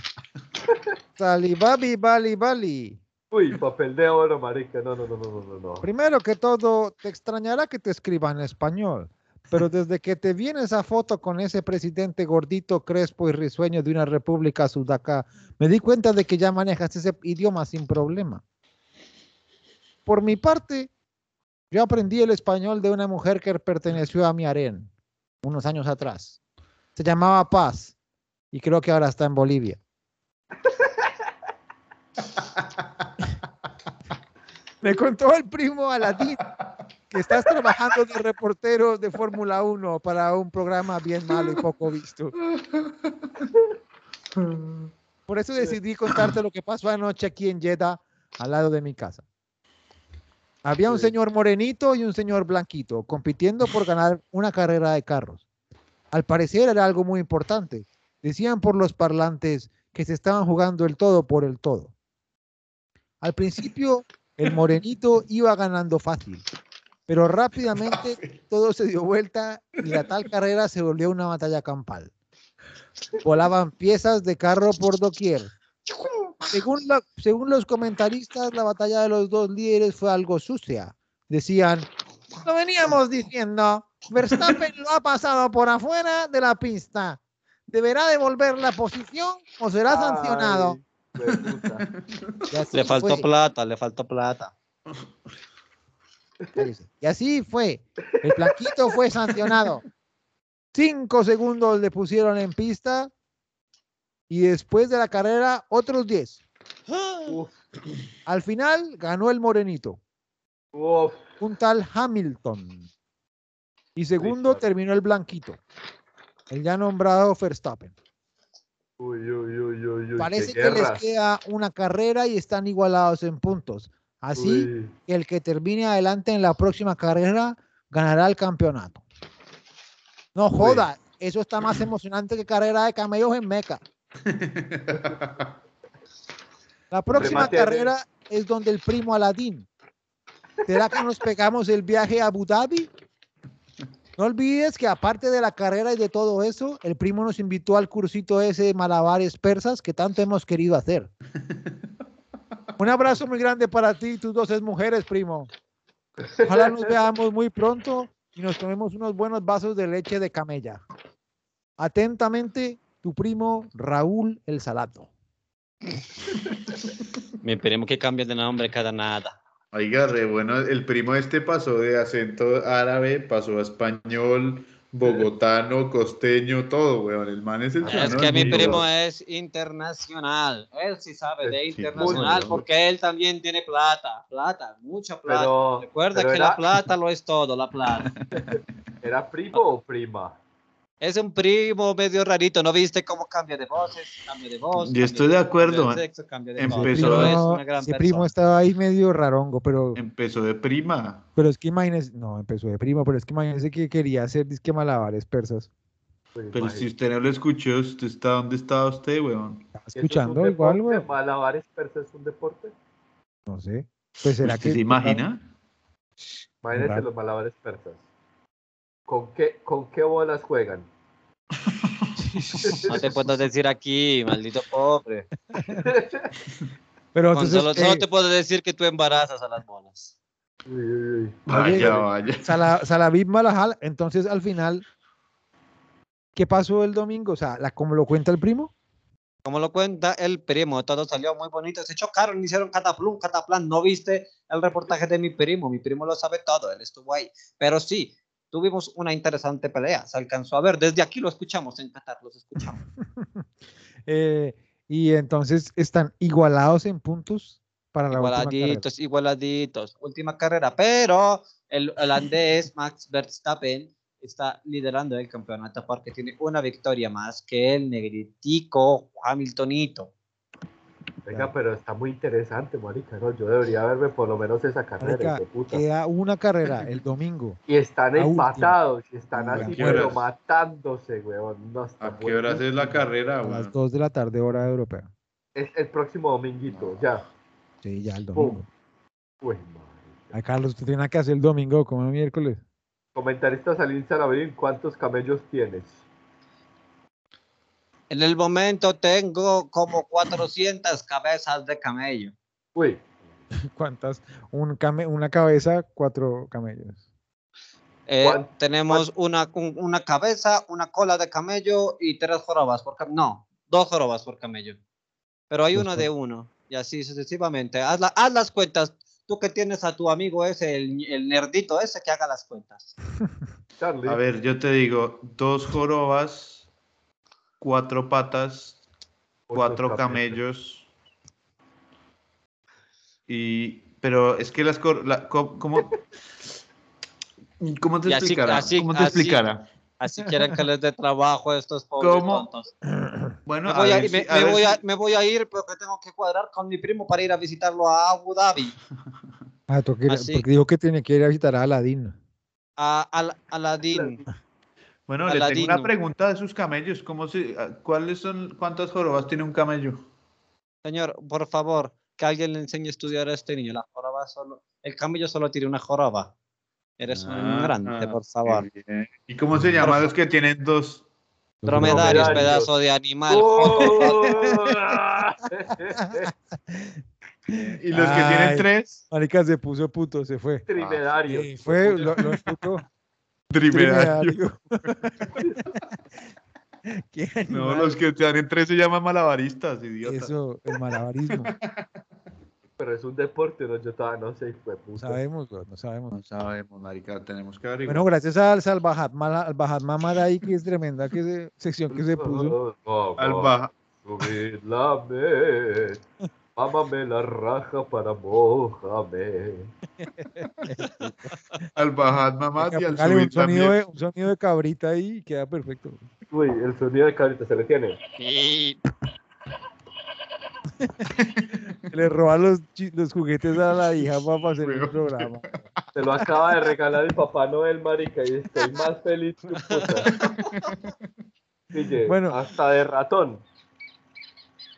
Salibabi, bali, bali.
Uy, papel de oro, marica. No, no, no, no, no, no.
Primero que todo, te extrañará que te escriba en español, pero desde que te viene esa foto con ese presidente gordito, crespo y risueño de una república sudaca, me di cuenta de que ya manejas ese idioma sin problema. Por mi parte, yo aprendí el español de una mujer que perteneció a mi harén unos años atrás. Se llamaba Paz y creo que ahora está en Bolivia. Me contó el primo Aladín que estás trabajando de reportero de Fórmula 1 para un programa bien malo y poco visto. Por eso decidí contarte lo que pasó anoche aquí en Jeddah, al lado de mi casa. Había un señor morenito y un señor blanquito compitiendo por ganar una carrera de carros. Al parecer era algo muy importante. Decían por los parlantes que se estaban jugando el todo por el todo. Al principio, el morenito iba ganando fácil, pero rápidamente todo se dio vuelta y la tal carrera se volvió una batalla campal. Volaban piezas de carro por doquier. Según, la- según los comentaristas, la batalla de los dos líderes fue algo sucia. Decían, lo veníamos diciendo, Verstappen lo ha pasado por afuera de la pista. Deberá devolver la posición o será sancionado.
Ay, hueputa.
pues, Y así
Le faltó
fue.
plata, le faltó plata.
Cállese. Y así fue. El blanquito fue sancionado. Cinco segundos le pusieron en pista y después de la carrera otros diez.
Uf,
Al final ganó el morenito,
uf.
un tal Hamilton. Y segundo
Richard.
terminó el blanquito, el ya nombrado Verstappen.
Uy, uy, uy, uy, uy.
Parece
qué
que les
guerra.
queda una carrera y están igualados en puntos. Así
Uy.
que el que termine adelante en la próxima carrera ganará el campeonato. No joda, eso está más emocionante que carrera de camellos en Meca. La próxima
Remate de-
carrera es donde el primo Aladín. ¿Será que nos pegamos el viaje a Abu Dhabi? No olvides que aparte de la carrera y de todo eso, el primo nos invitó al cursito ese de malabares persas que tanto hemos querido hacer. Un abrazo muy grande para ti y tus dos mujeres, primo. Ojalá nos veamos muy pronto y nos tomemos unos buenos vasos de leche de camella. Atentamente, tu primo Raúl El Salato.
Mi primo que cambia de nombre cada nada.
Oiga, re bueno, el primo este pasó de acento árabe, pasó a español, bogotano, costeño, todo, weón. El man es el
Ah,
Es
chanón,
que mi
weón.
primo es internacional. Él sí sabe de
Sí,
internacional
bueno.
porque él también tiene plata, plata, mucha plata.
Pero,
Recuerda
pero
que
era,
la plata lo es todo, la plata.
¿era primo o prima?
Es un primo medio rarito, ¿no viste cómo cambia de voces? Cambia de voz.
Yo
cambia
estoy de acuerdo. ¿eh?
Cambia de sexo, cambia de todo.
Empezó-
Pero es
primo,
una gran
ese
persona.
primo estaba ahí medio rarongo, pero,
Empezó de prima.
pero es que imagínense, no, empezó de primo, pero es que imagínense que quería hacer disque malabares persas.
Pues,
Pero si usted no lo escuchó, usted está, ¿dónde estaba usted, weón?
¿Estaba escuchando igual, güey?
Malabares persas es un deporte.
No sé. Pues será
¿Usted
que.
se imagina?
Imagínate
Claro.
los malabares persas. ¿Con qué, ¿Con qué bolas juegan?
No te puedo decir aquí, maldito pobre.
Pero
Con
entonces,
solo, solo
eh,
te puedo decir que tú embarazas a las monas.
Uy, uy, uy.
Oye,
Vaya, vaya.
Sala- Salavid Malajal, entonces al final, ¿qué pasó el domingo? O sea, la, como lo cuenta el primo,
Como lo cuenta el primo, todo salió muy bonito. Se chocaron, hicieron cataplum, cataplan. No viste el reportaje de mi primo. Mi primo lo sabe todo, él estuvo ahí. Pero sí, tuvimos una interesante pelea. Se alcanzó a ver. Desde aquí lo escuchamos en Qatar, los escuchamos.
eh, y entonces están igualados en puntos para la última carrera.
Igualaditos, igualaditos. Última carrera. Pero el holandés Max Verstappen está liderando el campeonato porque tiene una victoria más que el negritico Hamiltonito.
Venga, pero está muy interesante, marica. ¿no? Yo debería verme por lo menos esa carrera,
Marica, eh,
hijo de puta.
Queda una carrera el domingo.
Y están
la última.
empatados, y están
¿A
así,
qué
pero
horas?
matándose, weón. No, está
¿A qué horas es la carrera,
A las
weón?
2 de la tarde, hora europea.
Es el próximo dominguito, ya.
Sí, ya el
Pum.
domingo.
Uy, marica.
A Carlos, usted tiene nada que hacer el domingo, como el miércoles.
Comentarista Salín Salaverín, ¿cuántos camellos tienes?
En el momento tengo como 400 cabezas de camello.
Uy,
¿Cuántas? Un came- una cabeza, cuatro camellos.
Eh,
¿Cuál-
tenemos Una, un- una cabeza, una cola de camello y tres jorobas por camello. No, dos jorobas por camello. Pero hay
Dos
una
jor-
de uno y así sucesivamente. Haz, la- haz las cuentas. Tú que tienes a tu amigo ese, el, el nerdito ese, que haga las cuentas.
Charlie.
A ver, yo te digo, dos jorobas, cuatro patas,
Ocho
cuatro camellos. Y, pero es que las cor- la- co- ¿cómo, cómo te
Y así-
explicara?
así-
¿Cómo te
así-
explicara?
Así quieren que les dé trabajo a estos pobres
¿Cómo?
tontos.
Bueno,
Me voy, a,
ver
me-
si- a
me
ver
voy a-
si-
me voy a ir porque tengo que cuadrar con mi primo para ir a visitarlo a Abu Dhabi.
Ah, tú que-
Así.
porque dijo que tiene que ir a visitar a Aladín.
A, Al- Aladín.
Bueno, le tengo una
Aladino.
pregunta de sus camellos. ¿Cómo se, a- ¿Cuáles son, cuántas jorobas tiene un camello?
Señor, por favor, que alguien le enseñe a estudiar a este niño. La joroba solo, el camello solo tiene una joroba. Eres un
Ah,
ignorante, por
qué
favor.
bien. ¿Y cómo se llaman los que tienen dos?
Dromedarios,
Dromedarios.
pedazo de animal.
Oh. ¿Y los que tienen
Ay.
tres?
Marica se puso puto, se fue.
Trimedario.
Sí, fue, lo, lo explotó.
Trimedario.
Trimedario. Qué
No,
animal.
los que te dan en tres se llaman malabaristas, idiota.
Eso, el malabarismo.
Pero es un deporte, ¿no? Yo todavía no sé, hijo de
No
puta.
sabemos, bro, no sabemos.
No sabemos, marica, tenemos que averiguar.
Bueno, gracias al Salvajat, Mala- al Bajat Mamadai, que es tremenda que se- sección que se puso.
Oh,
Al
oh,
baja.
Subidlame, mámame la raja para mojame.
Al bajar mamá y al
Póngale
subir
un sonido,
también.
de, un sonido de cabrita ahí y queda perfecto.
Uy, el sonido de cabrita se le tiene.
Y
Le roba los, chi- los juguetes a la hija para hacer el
Weón.
programa.
Se lo acaba de regalar el Papá Noel, marica, y estoy más feliz que un puta. Pille,
Bueno.
hasta de ratón.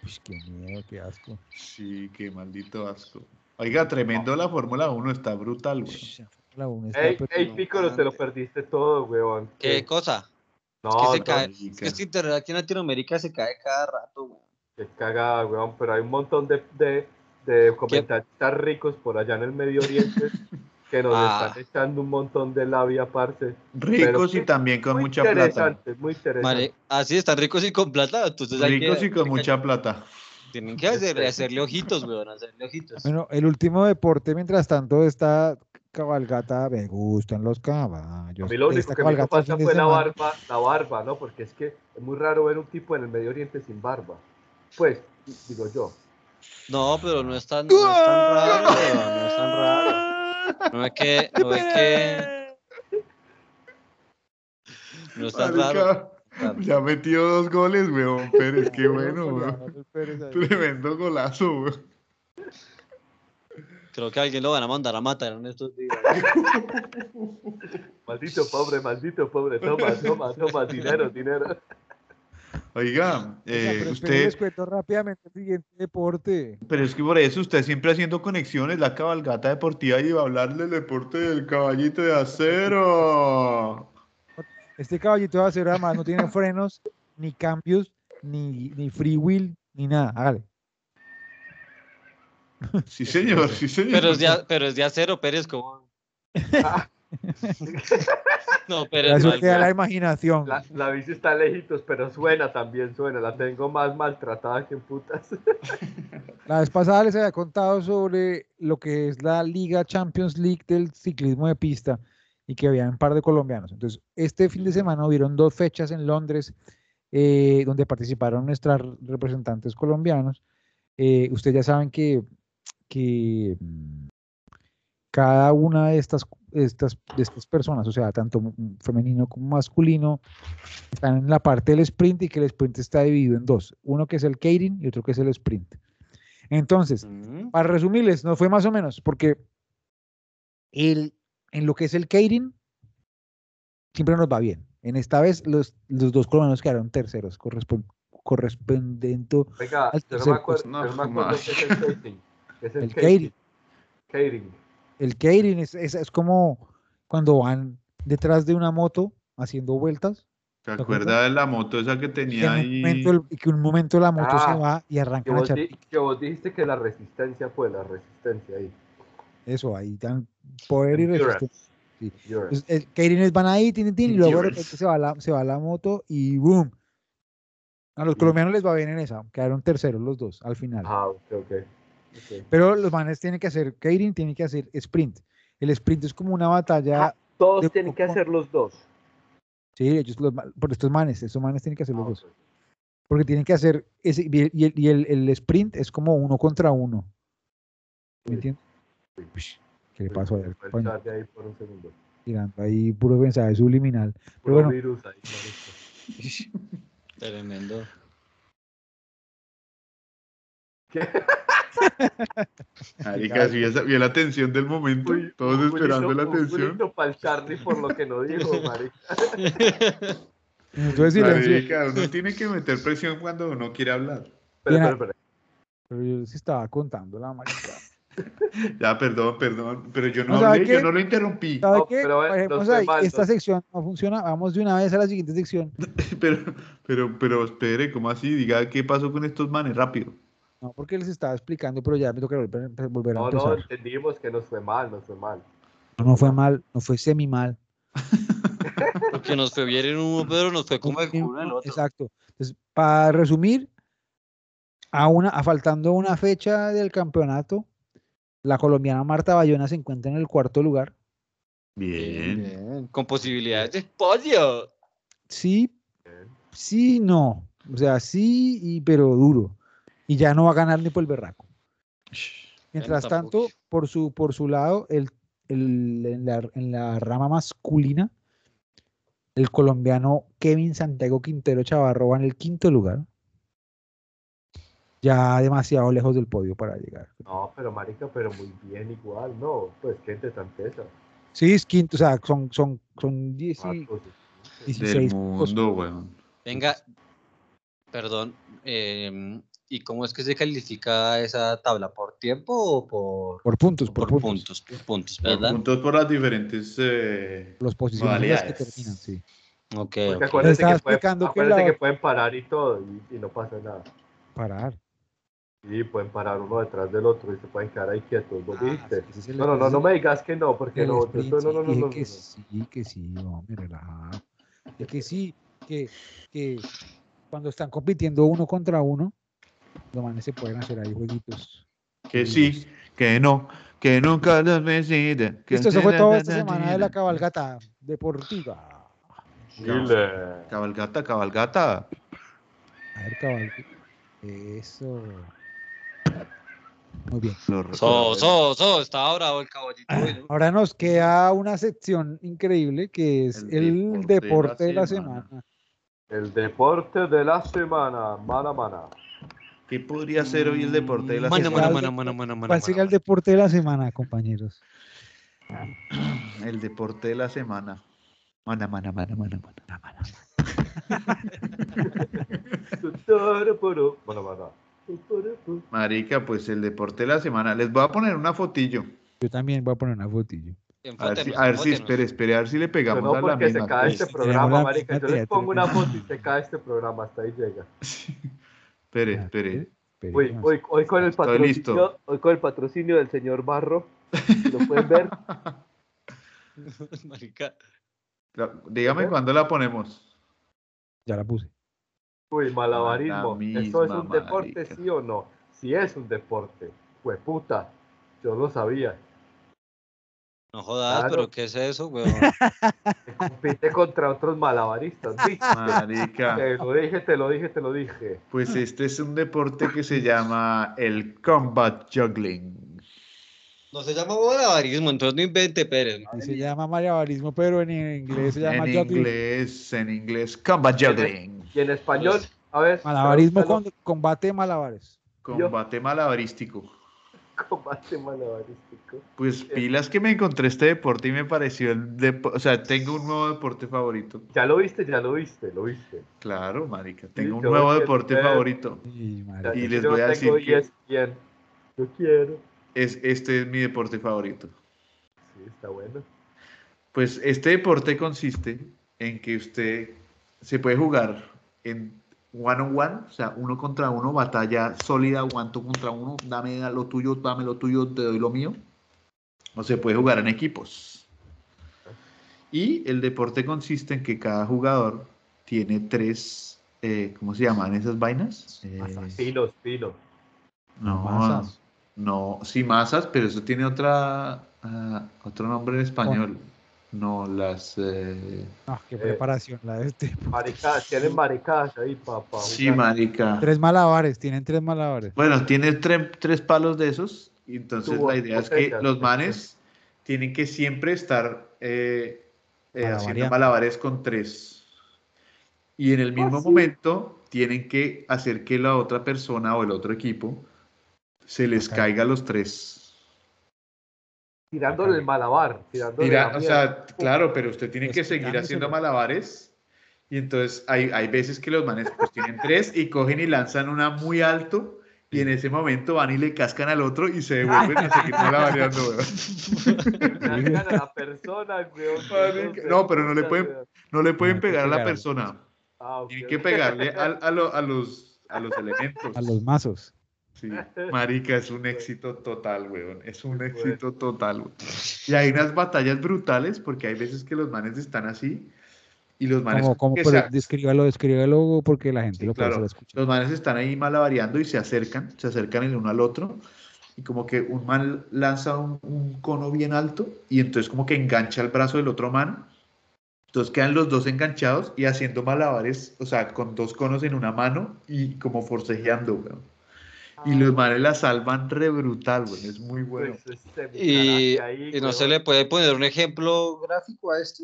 Uy, qué miedo, qué asco.
Sí, qué maldito asco. Oiga, tremendo la Fórmula 1, está brutal, güey.
Ush, la una está
Ey,
perfecta.
ey, Piccolo, te lo perdiste todo, weón.
¿Qué cosa?
No,
que se
no,
cae. Es
Marica.
que este internet aquí en Latinoamérica se cae cada rato. güey.
qué cagada, weón. Pero hay un montón de, de, de comentaristas ricos por allá en el Medio Oriente que nos
Ah.
están echando un montón de labia, parce.
Ricos
Pero
y también con
muy
mucha plata.
interesante, muy interesante.
Mari- así están ricos y con plata. Entonces Pues hay que,
Ricos y con mucha plata.
tienen que hacer- hacerle ojitos, weón, hacerle ojitos.
Bueno, el último deporte, mientras tanto, esta cabalgata, me gustan los caballos.
A mí lo único
Esta
que me hizo
cabalgata el
falta
fin de
fue la
semana.
barba, la barba, ¿no? Porque es que es muy raro ver un tipo en el Medio Oriente sin barba. Pues, digo yo.
No, pero no es tan, no es
Ah.
tan raro, weón, no es tan raro. No es que, no es que, no es tan raro.
Marica, Ya metió dos goles, weón, Pérez. Qué bueno, weón.
Goleador, el Pérez ahí.
Eh, Tremendo golazo, weón.
Creo que alguien lo van a mandar a matar en estos días.
Maldito pobre, maldito pobre. Toma, toma, toma. Dinero, dinero.
Oiga,
Oiga,
eh,
pero espere,
usted,
les cuento rápidamente el siguiente deporte.
pero es que por eso usted siempre haciendo conexiones, la cabalgata deportiva y va a hablar del deporte del caballito de acero.
Este caballito de acero además no tiene frenos, ni cambios, ni, ni free wheel, ni nada. Hágale.
Sí, señor, sí, señor.
Pero es de, pero es de acero, Pérez como. No, Pérez
Eso
mal,
queda la
güey.
imaginación.
La, la bici está lejitos, pero suena también, suena. La tengo más maltratada que en putas.
La vez pasada les había contado sobre lo que es la Liga Champions League del ciclismo de pista y que había un par de colombianos. Entonces, este fin de semana hubieron dos fechas en Londres eh, donde participaron nuestras representantes colombianos. Eh, Ustedes ya saben que, que mm, cada una de estas, estas, de estas personas, o sea, tanto mm, femenino como masculino, están en la parte del sprint y que el sprint está dividido en dos. Uno que es el catering y otro que es el sprint. Entonces,
Ujú.
para resumirles, no fue más o menos, porque el, en lo que es el catering, siempre nos va bien. En esta vez, los, los dos colombianos quedaron terceros, correspon- correspondiendo
Venga,
Al
yo no
tercer
me acuerdo,
puesto.
yo no me
No,
acuerdo qué es el catering. ¿Qué Es el,
El
catering. Catering.
el catering. Es, es, es como cuando van detrás de una moto haciendo vueltas.
¿Te acuerdas de la moto esa que
Y,
tenía
en un
ahí?
momento el- y que un momento la moto
Ah,
se va y
Que
arrancan a
vos,
echar
di- que vos dijiste que la resistencia fue la resistencia ahí.
eso ahí, dan poder y
Endurance.
resistencia.
Yo-
Pues, el Keirines van ahí, tin, tin, y luego de
Endurance.
repente se va, la, se va la moto y boom. A
Mm.
los colombianos les va bien en esa, quedaron terceros los dos al final.
Ah, ok, ok. Ok.
Pero los manes tienen que hacer, Keirin tiene que hacer sprint. El sprint es como una batalla,
Ah. Todos
De-
tienen que hacer los dos.
sí, ellos, los, ma- por estos manes, estos manes tienen que hacer los
Ah,
dos.
ok.
Porque tienen que hacer, ese, y, el, y el- y el- el sprint es como uno contra uno. ¿Me
Sí.
entiendes?
Sí. Pues,
Ush, ¿Qué le pasó ahí al
Fue el
compañero?
chat de ahí por un segundo.
Tirando ahí puro mensaje subliminal.
Puro
bueno.
virus ahí, marica.
Tremendo.
Marica, sí, esa- vio la tensión del momento.
Uy,
Todos
un
esperando
culito-
la
Un
tensión.
culito pa'l Charlie por lo que no dijo, marica.
Entonces, silencio.
Marica, uno tiene que meter presión cuando uno quiere hablar.
Espera,
Bien,
espera, espera.
Pero yo les estaba contando la marica.
Ya, perdón, perdón, pero yo no
O sea,
hablé, yo
que-
no lo interrumpí.
¿Sabe
No,
qué?
pero, eh, no
Dejemos
estoy
ahí,
mal,
Esta
no-
sección no funciona. Vamos de una vez a la siguiente sección.
Pero, pero, pero, espere, ¿cómo así? Diga, ¿qué pasó con estos manes? Rápido.
No, porque les estaba explicando, pero ya me toca volver, a- em-, volver a
No, no,
empezar.
entendimos que nos fue mal, nos fue mal.
No, fue mal, no fue semi mal.
Porque nos fue bien en uno, pero nos fue como el culo en el otro.
Exacto. Entonces, para resumir, a una, a faltando una fecha del campeonato, la colombiana Marta Bayona se encuentra en el cuarto lugar.
Bien.
Con posibilidades de podio.
Sí, sí, no. O sea, sí, y, pero duro. Y ya no va a ganar ni por el berraco. Mientras tanto,
tampoco.
por su, por su lado, el, el- en, la, en la rama masculina, el colombiano Kevin Santiago Quintero Chavarro va en el quinto lugar. Ya demasiado lejos del podio para llegar.
No, pero marica, pero muy bien igual, no, pues qué tanteza.
Sí, es quinto, o sea, son, son, son 10
Ah,
y-
pues,
16. pues.
Del mundo, weón.
Venga, perdón. eh, ¿Y cómo es que se califica esa tabla? ¿Por tiempo o por,
Por puntos, Pues por, puntos.
puntos? Por puntos,
Por
¿verdad?
Puntos por las diferentes. eh,
Los posiciones en las que
Modalidades.
terminan, sí.
Ok,
Porque
ok.
acuérdense,
Estaba
que, pueden-
explicando que
acuérdense
la-
que pueden parar y todo, y, y no pasa nada.
Parar.
Y pueden parar uno detrás del otro y se pueden quedar ahí quietos, ¿vos dijiste?
Ah, sí, ese es el-
No, no, no,
ese
no
es
me digas que no, porque
el
no,
sprint,
esto- no, no,
sí, dije
no, no, no,
que
no.
sí, que sí, hombre, relajado. Dije que sí, que, que cuando están compitiendo uno contra uno, los manes se pueden hacer ahí jueguitos.
Que sí, que no, que nunca los vencidas. que-
Listo, eso fue todo esta semana de la cabalgata deportiva.
Chile.
Cabalgata, cabalgata.
A ver, cabalgata. Eso. Muy bien.
Los-
So, so, so, está bravo el caballito.
Ah.
hoy, ¿no?
Ahora nos queda una sección increíble que es el,
El
deporte de la semana.
El deporte de la semana, mana, mana.
¿Qué podría ser hoy el deporte de la
Mano,
semana?
mano, mano, mano, mano, mano.
¿Cuál sería el deporte de la semana, compañeros?
El deporte de la semana. Mana, mana, mana, mana, mana, mana.
Tutorupuru, Mana, mana. Tutorupu.
Marica, pues el deporte de la semana. Les voy a poner una fotillo.
Yo también voy a poner una fotillo.
A ver si, a ver si, espere, espere, a ver si le
Pero
pegamos
No,
a la
porque se
misma.
cae
pues.
este
Tenemos la
programa, marica.
misma
Yo les pongo una
teatro.
foto y se cae este programa, hasta ahí llega.
Espere,
¿eh?
espere.
Espere,
Hoy,
vamos.
hoy, hoy con el
Estoy
patrocinio,
listo.
hoy con el patrocinio del señor Barro, si lo pueden ver.
Marica.
La- Dígame cuándo la ponemos.
Ya la puse.
Uy, Pues, malabarismo.
La
¿Eso es
misma,
un deporte,
marica.
sí o no? Si es un deporte. Hueputa, yo lo sabía.
No jodas,
Claro.
pero ¿qué es eso, weón?
Se compite contra otros malabaristas. ¿viste?
Marica.
Te lo dije, te lo dije, te lo dije.
Mm.
Pues este es un deporte que se llama el combat juggling.
No se llama malabarismo, entonces no invente, Pérez.
Y se llama malabarismo, pero en inglés se llama
En
juggling.
inglés, en inglés, combat juggling.
Y en español,
Pues,
a ver.
Malabarismo
tradúcalo.
con combate de malabares.
Combate malabarístico.
Combate malabarístico.
Pues
Eh.
pilas que me encontré este deporte y me pareció el deporte, o sea, tengo un nuevo deporte favorito.
Ya lo viste, ya lo viste, lo viste.
Claro, marica, tengo un
yo
nuevo
entiendo.
deporte favorito.
Y, madre,
Ya-
Y
yo
les voy a decir
tengo
que-
ESPN. Yo quiero.
Es, este es mi deporte favorito.
Sí, está bueno.
Pues este deporte consiste en que usted se puede jugar en one on one, o sea, uno contra uno, batalla sólida, guanto contra uno, dame lo tuyo, dame lo tuyo, te doy lo mío. O se puede jugar en equipos. Y el deporte consiste en que cada jugador tiene tres, eh, ¿cómo se llaman esas vainas? Eh,
Pinos, pinos.
no,
masas.
no, sí, masas, pero eso tiene otra, ah, otro nombre en español. No, las... eh,
No, qué preparación la de este.
Maricadas, tienen maricadas ahí, papá.
Sí, marica.
Tres malabares, tienen tres malabares.
Bueno, tiene tre- tres palos de esos. Y entonces
Tuvo
la idea es que
potencia,
los
sí.
manes tienen que siempre estar eh, eh, haciendo
Malabareando.
malabares con tres. Y en el mismo momento tienen que hacer que la otra persona o el otro equipo se les
Acá.
caiga a los tres.
Tirándole el malabar. Tirándole
Mira,
la
o
mierda.
sea, claro, pero usted tiene que seguir
Respetándoselo.
haciendo malabares. Y entonces hay, hay veces que los manes pues tienen tres y cogen y lanzan una muy alto. Y en ese momento van y le cascan al otro y se devuelven a seguir malabareando. weón.
Cargan a la persona, weón.
Marica, no, pero no le pueden-
Puta, weón.
No le pueden
Tienen que
pegar a la
pegar.
persona.
Ah, ok,
Tienen que
ok.
pegarle al- a, lo- a los, a los elementos.
A los mazos.
Sí, marica, es un éxito total, weón. Es un
Qué
éxito total, weón. Y hay unas batallas brutales porque hay veces que los manes están así y los manes
Como, como,
que
pero
se-
descríbalo, descríbalo porque la gente
Sí,
lo puede
claro.
estar escuchando.
Los manes están ahí malabareando y se acercan, se acercan el uno al otro. Y como que un man lanza un, un cono bien alto y entonces como que engancha el brazo del otro man. Entonces quedan los dos enganchados y haciendo malabares, o sea, con dos conos en una mano y como forcejeando, weón. Y los manes la salvan re brutal, weón. Es muy bueno.
Pues, este, mi
Y,
caraca ahí,
y no
weón.
se le puede poner un ejemplo gráfico a esto.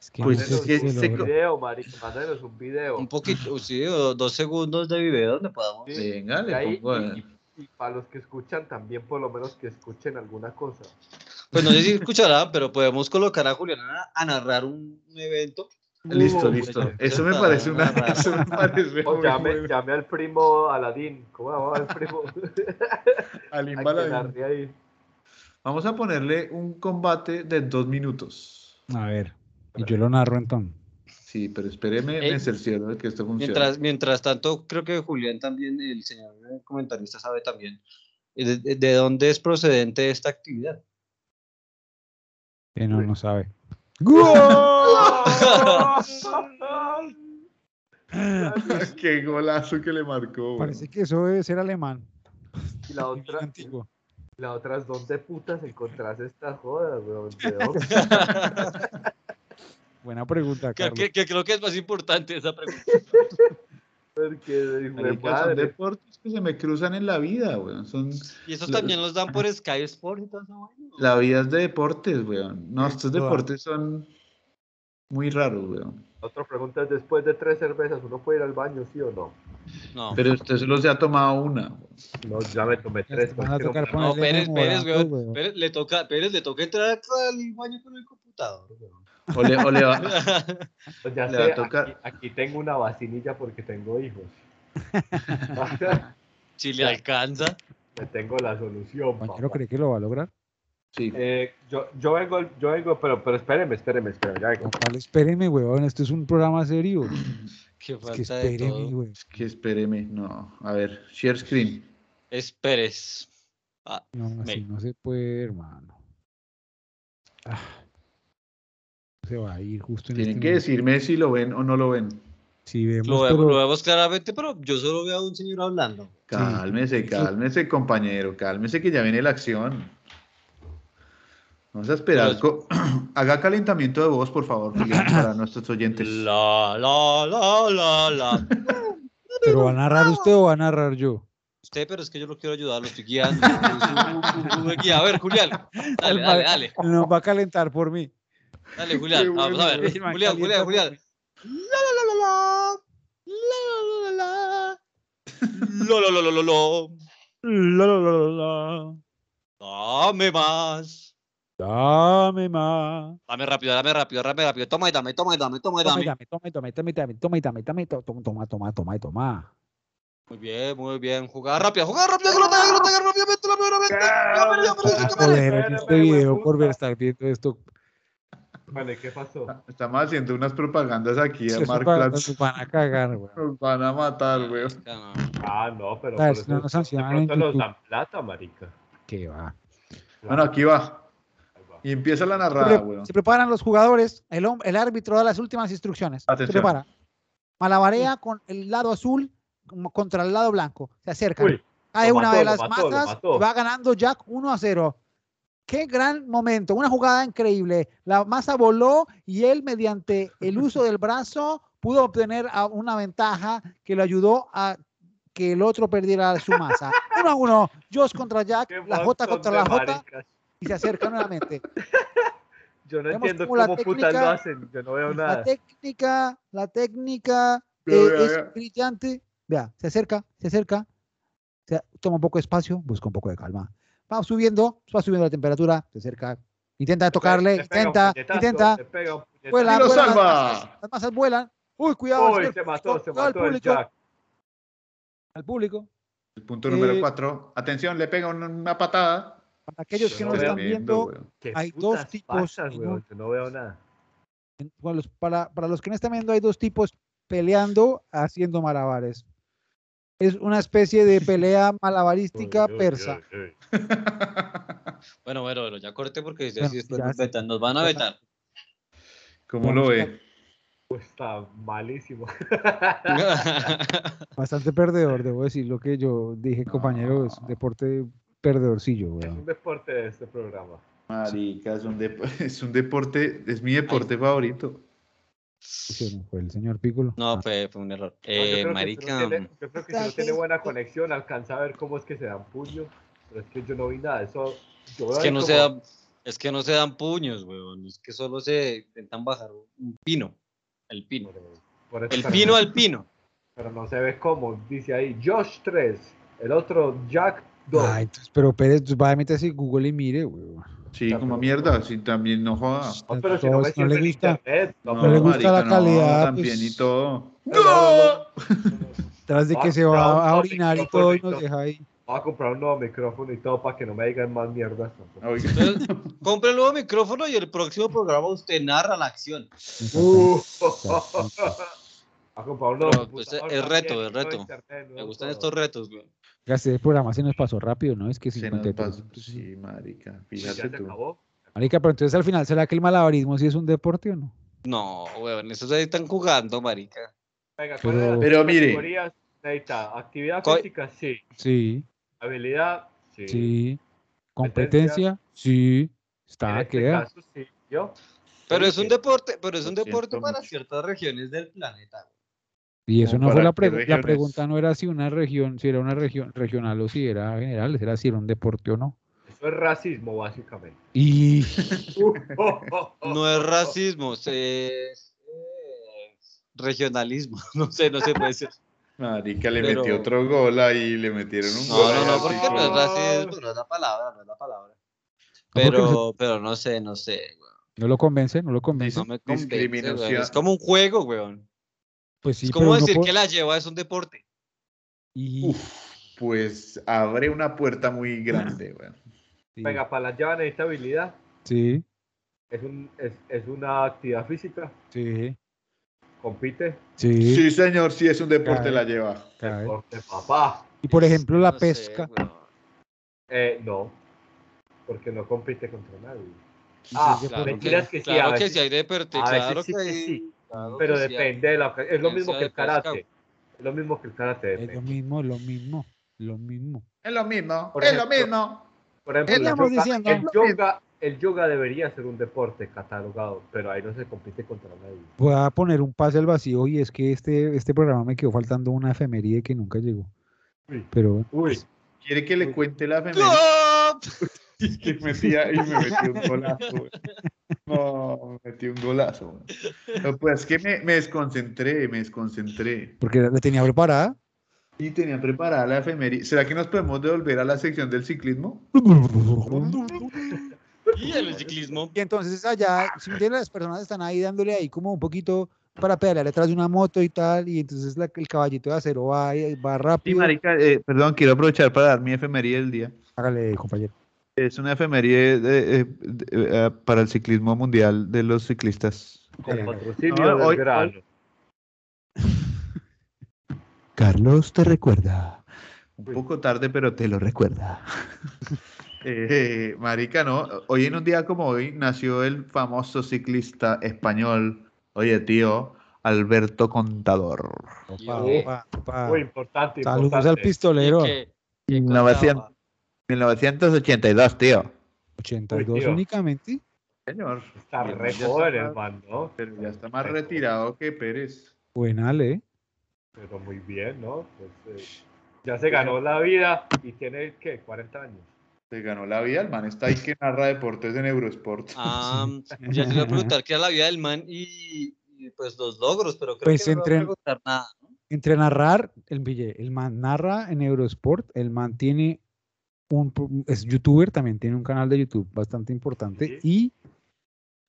Es que
Pues
no
es
sé
que
si se
se-
logra.
Video, marica, mándanos un video.
Un poquito, sí, o dos segundos de video donde podamos.
Sí,
Venga,
y
le
ahí-
pongo,
y, y- y para los que escuchan también, por lo menos que escuchen alguna cosa.
Pues no sé si escuchará, pero podemos colocar a Juliana a narrar un evento.
Listo,
Uh,
listo.
muchacho,
Eso me
está
parece una...
raro.
Eso me parece
O
muy
llame,
bueno.
llame al primo Aladín. ¿Cómo llamaba el primo?
Al
Hay
Invaladín.
que darle ahí.
Vamos a ponerle un combate de dos minutos.
A ver, y yo lo narro entonces.
Sí, pero espéreme,
Ey.
me cercioro de que esto funcione.
Mientras, mientras tanto, creo que Julián también, el señor comentarista, sabe también eh, de, de dónde es procedente esta actividad.
Que no, no sabe.
Qué golazo que le marcó. güey.
Parece que eso debe ser alemán.
Y la
y bien
otra,
antiguo.
la otra es: ¿dónde putas encontrás estas jodas, weón? ¿De dónde?
Buena pregunta,
Que,
Carlos.
creo que es más importante esa pregunta.
Porque, de
Marica, son
madre,
deportes que se me cruzan en la vida, güey. Son
Y esos
Lo-
también los dan por Sky Sport y todo eso.
la vida es de deportes, güey. No, estos
toda.
deportes son Muy raro, weón.
Otra pregunta es, después de tres cervezas, ¿uno puede ir al baño, sí o no?
No.
Pero usted solo se ha tomado una.
No, ya me tomé tres.
Van a
porque no
tocar
me-
No,
ponerle
Pérez, Pérez,
Morato,
weón.
weón.
Pérez le toca, Pérez le toca entrar al baño con el computador, weón.
O le, o le va-
Ya
Le
sé,
va a tocar.
aquí, aquí tengo una vacinilla porque tengo hijos.
Si le alcanza.
Le tengo la solución.
Banquero
papá.
cree que lo va a lograr.
Sí.
Eh, yo, yo vengo, yo vengo, pero, pero espéreme, espéreme, espéreme. Ya vengo.
Con tal, espéreme, weón. Esto es un programa serio.
Qué
Es que
falta de
espéreme,
todo.
weón.
Que espéreme. No. A ver. Share screen.
Es Pérez. Ah,
No, así
Mel.
no se puede, hermano. Ah. se va a ir justo en
Tienen
este
que
momento.
decirme si lo ven o no lo ven.
Si vemos,
lo, vemos,
pero-
lo vemos claramente, pero yo solo veo a un señor hablando.
Cálmese, cálmese, compañero. Cálmese que ya viene la acción. Vamos a
Pues-
esperar. co- Haga calentamiento de voz, por favor, Miguel, para nuestros oyentes.
La, la, la, la, la.
pero va a narrar usted o va a narrar yo.
Usted, pero es que yo lo quiero ayudar, lo estoy guiando. Lo estoy guiando. A ver, Julián. Dale, dale, dale.
Nos va a calentar por mí.
Dale, Julián. Vamos a ver.
El man
Julián,
calienta
Julián, Julián. La, la, la, la. La, la, la, la, la. La, la, la, la, la.
La, la, la, la, la.
Dame más.
Dame más.
Dame rápido, dame rápido, dame rápido. Toma y dame, toma y dame, toma y
Toma, y
dame.
dame, toma, y dame, toma, y dame, toma, y dame, toma, y to- toma, toma, toma, toma, y toma.
Muy bien, muy bien. Jugar rápido, jugar rápido, que lo tenga, que lo tenga rápidamente, rápidamente. Ya, pero, ya, pero, ya,
Para
que vale.
poder ver
espérame,
este video
hueputa.
por ver estar viendo esto.
Vale, ¿qué pasó?
Estamos haciendo unas propagandas aquí a
Se
Mark
van-
Platz.
se van a cagar, güey.
Nos van a matar, weón.
No,
Ah, no, pero.
Ah,
por
si
eso-
no nos
de
sancionan en
pronto nos
YouTube.
dan plata, marica.
Que va.
Bueno, aquí va.
Ahí va.
Y empieza la narrada,
Pre-
weón.
Se preparan los jugadores, el, hom- el árbitro da las últimas instrucciones. Se
Atención.
prepara. Malabarea con el lado azul como contra el lado blanco. Se acerca.
Uy,
Cae
lo
Ah, una
mató,
de
lo
las
mató, lo
masas
mató.
y va ganando Jack 1 a 0. Qué gran momento, una jugada increíble. La masa voló y él mediante el uso del brazo pudo obtener a- una ventaja que le ayudó a que el otro perdiera su masa. Uno a uno, Josh contra Jack,
qué
la J
montón
contra
de
la J
maricas.
y se acerca nuevamente.
Yo no
Vemos
entiendo
cómo la
cómo putas
técnica-
lo hacen. Yo no veo
La
nada.
técnica, la técnica
Vea,
eh,
vea,
es
vea.
brillante. Vea, se acerca, se acerca, se- toma un poco de espacio, busca un poco de calma. Va subiendo, va subiendo la temperatura, se acerca, intenta tocarle,
Le pega un
intenta,
puñetazo,
intenta,
le pega un puñetazo.
vuela,
¡Y lo
vuela, las
salva!
masas, las masas vuelan. Uy, cuidado, al
Uy,
señor
se mató,
público,
se
cuidado al
mató el
público,
Jack.
al público.
El punto
Eh,
número 4. Atención, le pega una, una patada.
Para aquellos que no
lo
están
Tremendo,
viendo,
weón.
¿Qué
Hay
putas
dos tipos
pasas,
en
weón?
un-
Yo no veo nada.
para los, para, para los que no están viendo, hay dos tipos peleando, haciendo malabares. Es una especie de pelea malabarística
Uy, uy,
persa.
uy, uy.
Bueno, bueno, bueno, ya corté porque
Bueno,
si después
ya
nos
sé.
vetan, nos van a vetar.
¿Cómo lo ve?
Está malísimo.
Bastante perdedor, debo decir lo que yo dije, compañero, es un
No.
deporte perdedorcillo,
Es
weón.
un deporte de este programa.
Marica, es un, dep- es un deporte, es mi deporte favorito.
Hicieron, Fue el señor Piccolo. Ah.
No, fue, fue un error.
No, Ah, yo
Eh,
creo que si
marica.
uno tiene- yo creo que si no tiene buena conexión, alcanza a ver cómo es que se dan puños. Pero es que yo no vi nada. Eso, yo veo
Es que
ahí
no
como-
se dan, es que no se dan puños, weón. Es que solo se intentan bajar un pino. El pino.
por eso,
El
pero
pino
no-
al pino.
Pero no se ve cómo. Dice ahí Josh 3, el otro Jack 2.
Ah, entonces, pero Pérez, pues, vaya, métase en Google y mire, weón.
Sí,
Claro,
como
pero-
mierda, sí, también no joda.
No, Ah, pero si no,
Todos,
me
no
sirve
le
el
gusta.
internet, no,
No le
pero-
gusta la calidad,
también
pues.
y todo.
No, no, no, no.
Tras de que
Ah,
se va a
no,
orinar y
no,
todo, y
no.
nos deja ahí.
Voy a comprar un nuevo micrófono y todo para que no me digan más mierdas. tampoco.
Oiga.
Entonces, compre el nuevo micrófono y el próximo programa usted narra la acción.
Uh, Voy a comprar un nuevo
Pero, pues,
computador
es reto,
también,
es
nuevo
reto.
internet,
Me
nuevo
gustan
todo.
estos retos, weón.
Oiga, este programa se nos pasó rápido, ¿no? Es que
Se nos
53.
pasó. Sí, marica,
Y ya se
fíjate tú.
acabó.
Marica, pero entonces al final, ¿será que el malabarismo sí es un deporte o no?
No, weón, esos ahí están jugando, marica.
Venga,
Pero-
¿cuáles eran las
Pero mire.
categorías? Ahí está. Actividad
Co-
física, sí.
Sí,
Habilidad, sí.
sí.
Competencia.
Competencia, sí.
En
Está,
este
queda.
caso, sí. Yo,
Pero
Sí,
es un
que-
deporte, pero es un
lo siento
deporte para
mucho.
ciertas regiones del planeta. weón.
Y eso
Como
no fue
para
la
qué
pregunta. La
regiones.
pregunta no era si una región, si era una región regional o si era general, era si era un deporte o no.
es Eso es racismo, básicamente.
Y
No es racismo, es, es regionalismo. No sé, no se puede decir.
Marica, le
Pero-
metió otro gol ahí, le metieron un
No,
gol.
no,
ahí,
no, porque
así
no es
como-
racismo, no es la palabra, no es la palabra. Pero, pero no sé, no sé. güey,
No lo convence, no lo convence.
No me convence,
Discriminación.
güey, Es como un juego, weón.
Pues sí,
es
pero
como
uno
decir
po-
que la lleva es un deporte.
y-
Uf, pues abre una puerta muy grande, weón.
sí,
Venga, para las llaves necesita habilidad.
sí,
Es, un, es, es una actividad física.
sí,
Compite.
sí,
Sí, señor, sí es un deporte,
Cae.
la lleva.
caray.
Deporte, papá.
Y por ejemplo, la
No sé,
pesca.
weón.
Eh, no. Porque no compite contra nadie.
Sí,
Ah,
sí,
Claro
por-
mentiras
que,
que sí,
claro
a
que
veces-
sí hay deporte,
a
claro
veces sí
que
que
hay-
sí,
claro
Pero
que sí hay.
depende de la ocasión. Es lo
Eso
mismo que el
depende,
karate. Es lo mismo que el karate.
es lo
depende.
mismo, lo mismo, lo mismo.
Es lo mismo,
Por
es lo
ejemplo.
mismo.
Por ejemplo, el
Estamos
yoga,
diciendo
el,
lo
yoga, el yoga debería ser un deporte catalogado, pero ahí no se compite contra nadie.
Voy a poner un pase al vacío y es que este, este programa me quedó faltando una efemería que nunca llegó.
Uy.
Pero
Uy,
¿Quiere que le cuente la femenina?
¡Gol!
Y que metía- y me metió un golazo. güey. No, me metí un golazo. güey. No, pues es que me, me desconcentré, me desconcentré.
porque la tenía preparada.
Y tenía preparada la efeméride. ¿Será que nos podemos devolver a la sección del ciclismo?
Y el ciclismo.
Y entonces allá, si me entiendes, las personas están ahí dándole ahí como un poquito para pedalar detrás de una moto y tal, y entonces la- el caballito de acero va, ahí, va
Sí,
rápido.
marica, eh, perdón, quiero aprovechar para dar mi efeméride del día.
Hágale, compañero.
Es una efeméride de- eh, de- eh, para el ciclismo mundial de los ciclistas.
con
Ay,
patrocinio
no,
del
hoy-
grano.
Carlos te recuerda.
Un poco tarde, pero te lo recuerda. Eh, marica, no. Hoy en un día como hoy nació el famoso ciclista español, oye tío, Alberto Contador.
Opa,
Sí.
opa,
ah,
opa.
eh, Muy importante,
Saludos al
importante.
pistolero.
Y que- que
1900.
contaba.
1982, tío.
82
Uy, tío.
únicamente.
Señor.
Está
Bien,
re
ya
joven,
está-
hermano. ¿no?
Pero ya está más retirado que Pérez.
Buenal, ¿eh?
Pero muy bien, ¿no? Pues, eh, ya se ganó la vida y tiene, ¿qué? 40 años.
Se ganó la vida, el man está ahí que narra deportes en Eurosport.
Ah, ya te iba a preguntar qué era la vida del man y, y, pues los logros, pero creo
Pues
que no te
entren-
voy a preguntar nada.
Entre narrar, el, Ville- el man narra en Eurosport, el man tiene un, pro- es youtuber, también tiene un canal de YouTube bastante importante, y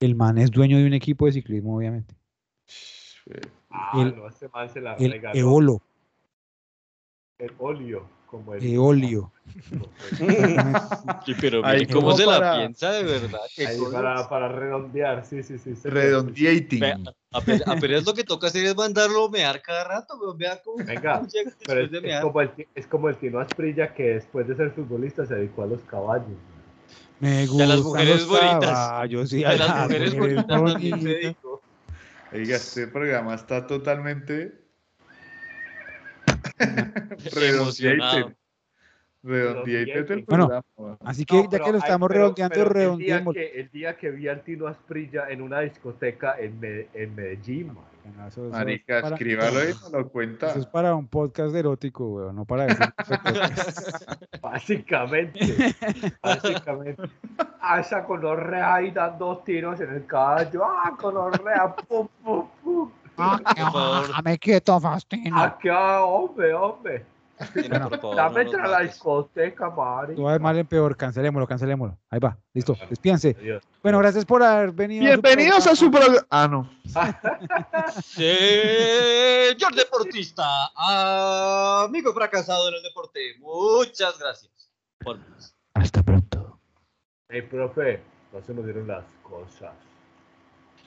el man es dueño de un equipo de ciclismo, obviamente.
Ah,
El-
no, este man se la
El
regaló.
Eolo,
El óleo, como el.
Eolio.
pero
Ahí
mire, ¿cómo
como
se
para-
la piensa de verdad? Qué
Ahí
cosas.
para, para redondear, sí, sí, sí. sí.
Ve-
Redondeating.
Apenas, apenas lo que toca hacer es mandarlo a mear cada rato, weón. Vea cómo
Venga,
cómo llega después
Pero es,
de
es
mear.
como el, ti- es como el Tino Asprilla que después de ser futbolista se dedicó a los caballos. ¿no?
Me
a
gustan
las
los
mujeres bonitas.
caballos, sí, Ah,
A las mujeres bonitas también se
bonitas.
dedicó.
Oiga, este programa está totalmente.
Emocionado.
Redondeating. Redondeating el
Redondeating.
programa.
Bueno, Así que
No,
ya que
pero
lo
hay-
estamos
pero-
redondeando,
pero el día
redondeemos.
que- El día que vi al Tino Asprilla en una discoteca en, Me- en Medellín, man.
Bueno, eso- eso
Marica,
es para-
escríbalo y nos lo cuenta.
Eso es para un podcast erótico, weón, no para eso.
Básicamente, básicamente. A esa conorrea ahí dando dos tiros en el caballo. Ah, conorrea, pum, pum, pum.
Por favor,
me Ah, quieto, Faustino.
Aquí, ah, hombre, hombre.
Tino, por favor,
Dame
no
entre a
nos
la
mates.
discoteca, Mari.
Todo es mal en peor, cancelémoslo, cancelémoslo. Ahí va, listo, despídense.
Adiós.
Bueno, gracias por haber venido.
Bienvenidos a su
programa.
programa. Ah, no.
Señor deportista, amigo fracasado en el deporte, muchas gracias. por-
Hasta pronto.
Hey, profe, no se nos dieron las cosas.